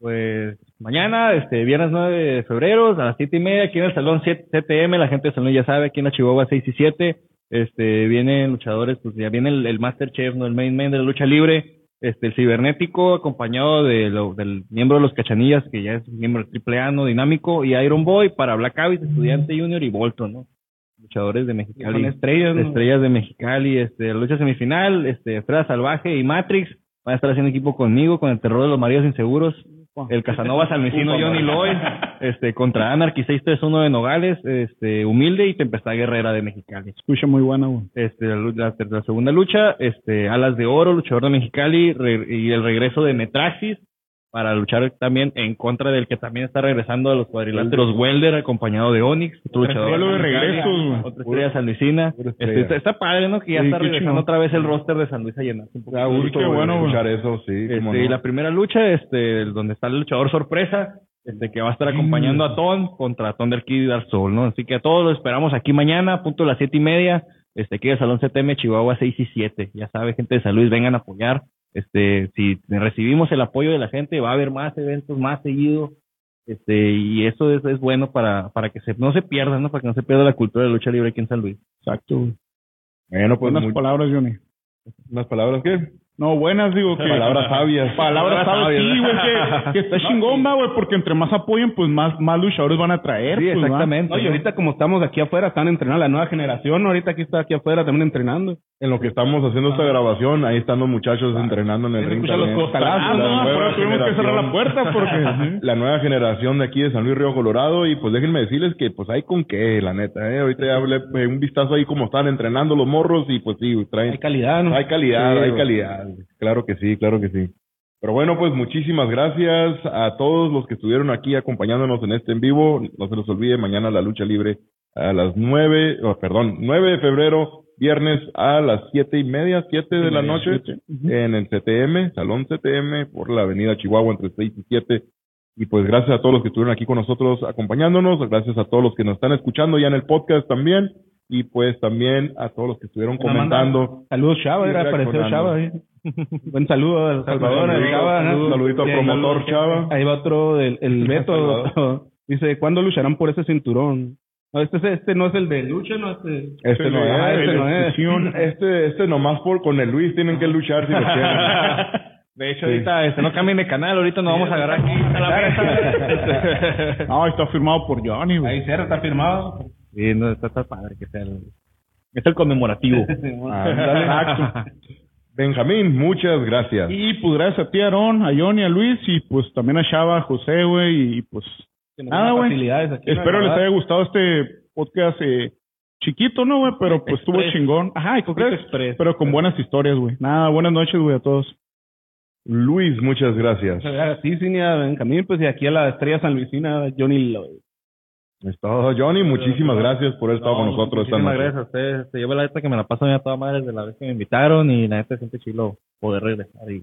[SPEAKER 2] Pues mañana, este viernes 9 de febrero, a las 7 y media, aquí en el Salón 7 CTM, la gente de Salón ya sabe, aquí en la Chihuahua 6 y 7, este, vienen luchadores, pues ya viene el, el Masterchef, ¿no? el main man de la lucha libre, este, el cibernético, acompañado de lo- del miembro de los Cachanillas, que ya es miembro triple A, ¿no? dinámico, y Iron Boy para Black Abyss, estudiante junior y Volto, ¿no? Luchadores de Mexicali.
[SPEAKER 1] Son estrellas, ¿no?
[SPEAKER 2] Estrellas de Mexicali, este, la lucha semifinal, este, Freda Salvaje y Matrix van a estar haciendo equipo conmigo, con el terror de los maridos inseguros, el Casanova Salmicino Johnny Lloyd, este, contra Anarchy 631 de Nogales, este, Humilde y Tempestad Guerrera de Mexicali.
[SPEAKER 3] Escucha muy buena, güey.
[SPEAKER 2] Este, la, lu- la ter- la segunda lucha, este, Alas de Oro, luchador de Mexicali, re- y el regreso de Metraxis para luchar también en contra del que también está regresando a los cuadriláteros Welder, acompañado de Onyx, otro luchador.
[SPEAKER 3] Vuelo de
[SPEAKER 2] Mexicali.
[SPEAKER 3] regresos, güey.
[SPEAKER 2] Otra estrella sanluisina.
[SPEAKER 4] Pura estrella.
[SPEAKER 2] Este, está, está padre, ¿no? Que ya
[SPEAKER 3] Sí,
[SPEAKER 2] está
[SPEAKER 3] qué
[SPEAKER 2] regresando
[SPEAKER 3] chingón.
[SPEAKER 2] otra vez el roster de San Luis a llenarse un poco.
[SPEAKER 4] Da gusto
[SPEAKER 3] qué
[SPEAKER 4] güey,
[SPEAKER 3] bueno, güey.
[SPEAKER 4] escuchar eso, sí.
[SPEAKER 2] Este,
[SPEAKER 4] cómo
[SPEAKER 2] Y
[SPEAKER 4] no.
[SPEAKER 2] la primera lucha, este, donde está el luchador sorpresa, este, que va a estar acompañando a Ton contra Thunder Kid y Dark Soul, ¿no? Así que a todos los esperamos aquí mañana, a punto de las siete y media, este, aquí en el Salón CTM Chihuahua 6 y 7. Ya sabe, gente de San Luis, vengan a apoyar. Este, si recibimos el apoyo de la gente, va a haber más eventos, más seguido. Este, y eso es, es bueno para, para que se, no se pierda, ¿no? Para que no se pierda la cultura de lucha libre aquí en San Luis.
[SPEAKER 3] Exacto, güey.
[SPEAKER 4] Bueno, pues
[SPEAKER 3] Buenas
[SPEAKER 4] muy-
[SPEAKER 3] palabras, Johnny.
[SPEAKER 4] unas palabras, ¿qué?
[SPEAKER 3] No, buenas, digo que.
[SPEAKER 4] Palabras sabias.
[SPEAKER 3] Palabras sabias. Sí, güey, que, que está
[SPEAKER 4] No,
[SPEAKER 3] chingón, va, güey, porque entre más apoyen, pues más, más luchadores van a traer. pues, va.
[SPEAKER 1] No, y ahorita como estamos aquí afuera, están entrenando la nueva generación, ahorita aquí está aquí afuera también entrenando.
[SPEAKER 4] En lo que estamos haciendo esta grabación, ahí están los muchachos entrenando en el ring.
[SPEAKER 1] Escucha los
[SPEAKER 4] también.
[SPEAKER 1] costalazos,
[SPEAKER 4] La
[SPEAKER 3] Ah,
[SPEAKER 4] nueva
[SPEAKER 3] pero tuvimos que cerrar
[SPEAKER 4] generación.
[SPEAKER 3] la puerta porque.
[SPEAKER 4] la nueva generación de aquí de San Luis Río Colorado y pues déjenme decirles que pues hay con qué, la neta, ¿eh? ahorita ya hablé pues, un vistazo ahí como están entrenando los morros y pues sí, traen,
[SPEAKER 1] Hay calidad, ¿no?
[SPEAKER 4] hay calidad,
[SPEAKER 1] Sí,
[SPEAKER 4] hay
[SPEAKER 1] güey.
[SPEAKER 4] calidad, claro que sí, claro que sí. Pero bueno, pues muchísimas gracias a todos los que estuvieron aquí acompañándonos en este en vivo, no se los olvide, mañana la lucha libre a las nueve, oh, perdón, nueve de febrero, viernes a las siete y media, siete de la noche en el CTM, Salón CTM, por la avenida Chihuahua entre 6 y 7. Y pues gracias a todos los que estuvieron aquí con nosotros acompañándonos, gracias a todos los que nos están escuchando ya en el podcast también, y pues también a todos los que estuvieron
[SPEAKER 1] Nos mandan
[SPEAKER 4] comentando.
[SPEAKER 1] Saludos, Chava,
[SPEAKER 4] Sí,
[SPEAKER 1] era, apareció
[SPEAKER 4] reaccionando.
[SPEAKER 1] Chava. ahí. Buen saludo a Salvador, a
[SPEAKER 4] Saludito,
[SPEAKER 1] Chava. ¿no?
[SPEAKER 4] saludo, saludito al
[SPEAKER 1] Sí,
[SPEAKER 4] promotor Chava.
[SPEAKER 1] Ahí va otro, el, el Beto.
[SPEAKER 4] Salvador.
[SPEAKER 1] Dice, ¿cuándo lucharán por ese cinturón? No, este, es- este no es el de lucha, no este.
[SPEAKER 4] Este no
[SPEAKER 1] Ah,
[SPEAKER 4] es,
[SPEAKER 1] este
[SPEAKER 4] este,
[SPEAKER 1] no es.
[SPEAKER 4] este, este nomás por con el Luis tienen que luchar si lo quieren.
[SPEAKER 2] De hecho, ahorita, este, no cambien de canal, ahorita nos vamos a agarrar aquí. a la mesa.
[SPEAKER 3] No, Ah, está firmado por Johnny, güey.
[SPEAKER 1] Ahí cerra, está firmado.
[SPEAKER 2] Sí, no, está, está padre que sea el... Es el conmemorativo. Ah,
[SPEAKER 4] Ándale. Benjamín, muchas gracias.
[SPEAKER 3] Y pues gracias a ti, Aarón, a Johnny, a Luis y pues también a Chava, a José, güey. Y pues Nada, güey.
[SPEAKER 1] Facilidades aquí, la
[SPEAKER 3] espero les
[SPEAKER 1] verdad.
[SPEAKER 3] haya gustado este podcast eh, chiquito, ¿no, güey? Pero pues estuvo
[SPEAKER 2] Express.
[SPEAKER 3] chingón. Ajá, y con Pero con buenas historias, güey. Nada, buenas noches, güey, a todos.
[SPEAKER 4] Luis, muchas gracias.
[SPEAKER 1] A Cicia, a Benjamín, pues y aquí a la estrella sanluisina, Johnny Lloyd.
[SPEAKER 4] Es todo, Johnny, muchísimas gracias por haber estado con nosotros esta
[SPEAKER 2] Muchísimas
[SPEAKER 4] noche.
[SPEAKER 2] gracias a ustedes. Este, Yo la neta que me la paso bien a toda madre desde la vez que me invitaron y la neta siempre chilo poder regresar y,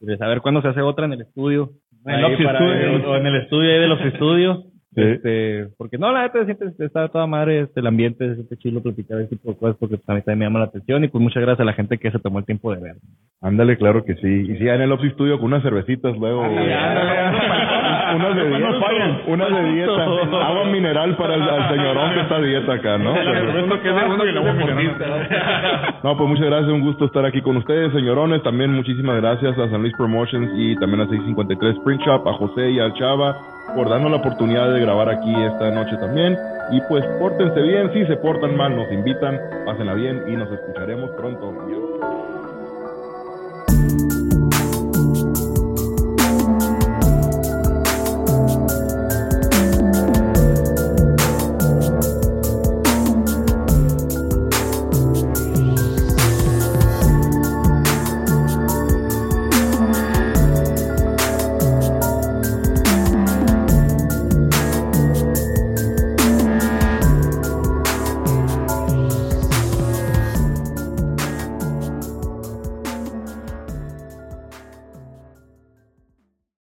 [SPEAKER 2] y de saber cuándo se hace otra en el estudio.
[SPEAKER 1] En el
[SPEAKER 2] Ahí
[SPEAKER 1] Oxy
[SPEAKER 2] para-
[SPEAKER 1] Studio.
[SPEAKER 2] o en el estudio ahí de los estudios.
[SPEAKER 4] Sí.
[SPEAKER 2] Este, porque no, la neta siempre está toda madre este, el ambiente, se siente chilo platicar ese tipo de cosas porque pues, a mí también me llama la atención y pues muchas gracias a la gente que se tomó el tiempo de ver.
[SPEAKER 4] Ándale, claro que sí. Y sí, en el Ops Studio con unas cervecitas luego. güey.
[SPEAKER 1] Ándale, ándale.
[SPEAKER 4] unas de dieta. Unas de dieta. Agua mineral para el, al señorón que está a dieta acá, ¿no?
[SPEAKER 2] Esto que es de uno que le voy a poner.
[SPEAKER 4] No, pues muchas gracias, un gusto estar aquí con ustedes, señorones. También muchísimas gracias a San Luis Promotions y también a 653 Print Shop, a José y al Chava por darnos la oportunidad de grabar aquí esta noche también. Y pues pórtense bien, si se portan mal, nos invitan, pásenla bien y nos escucharemos pronto. Adiós.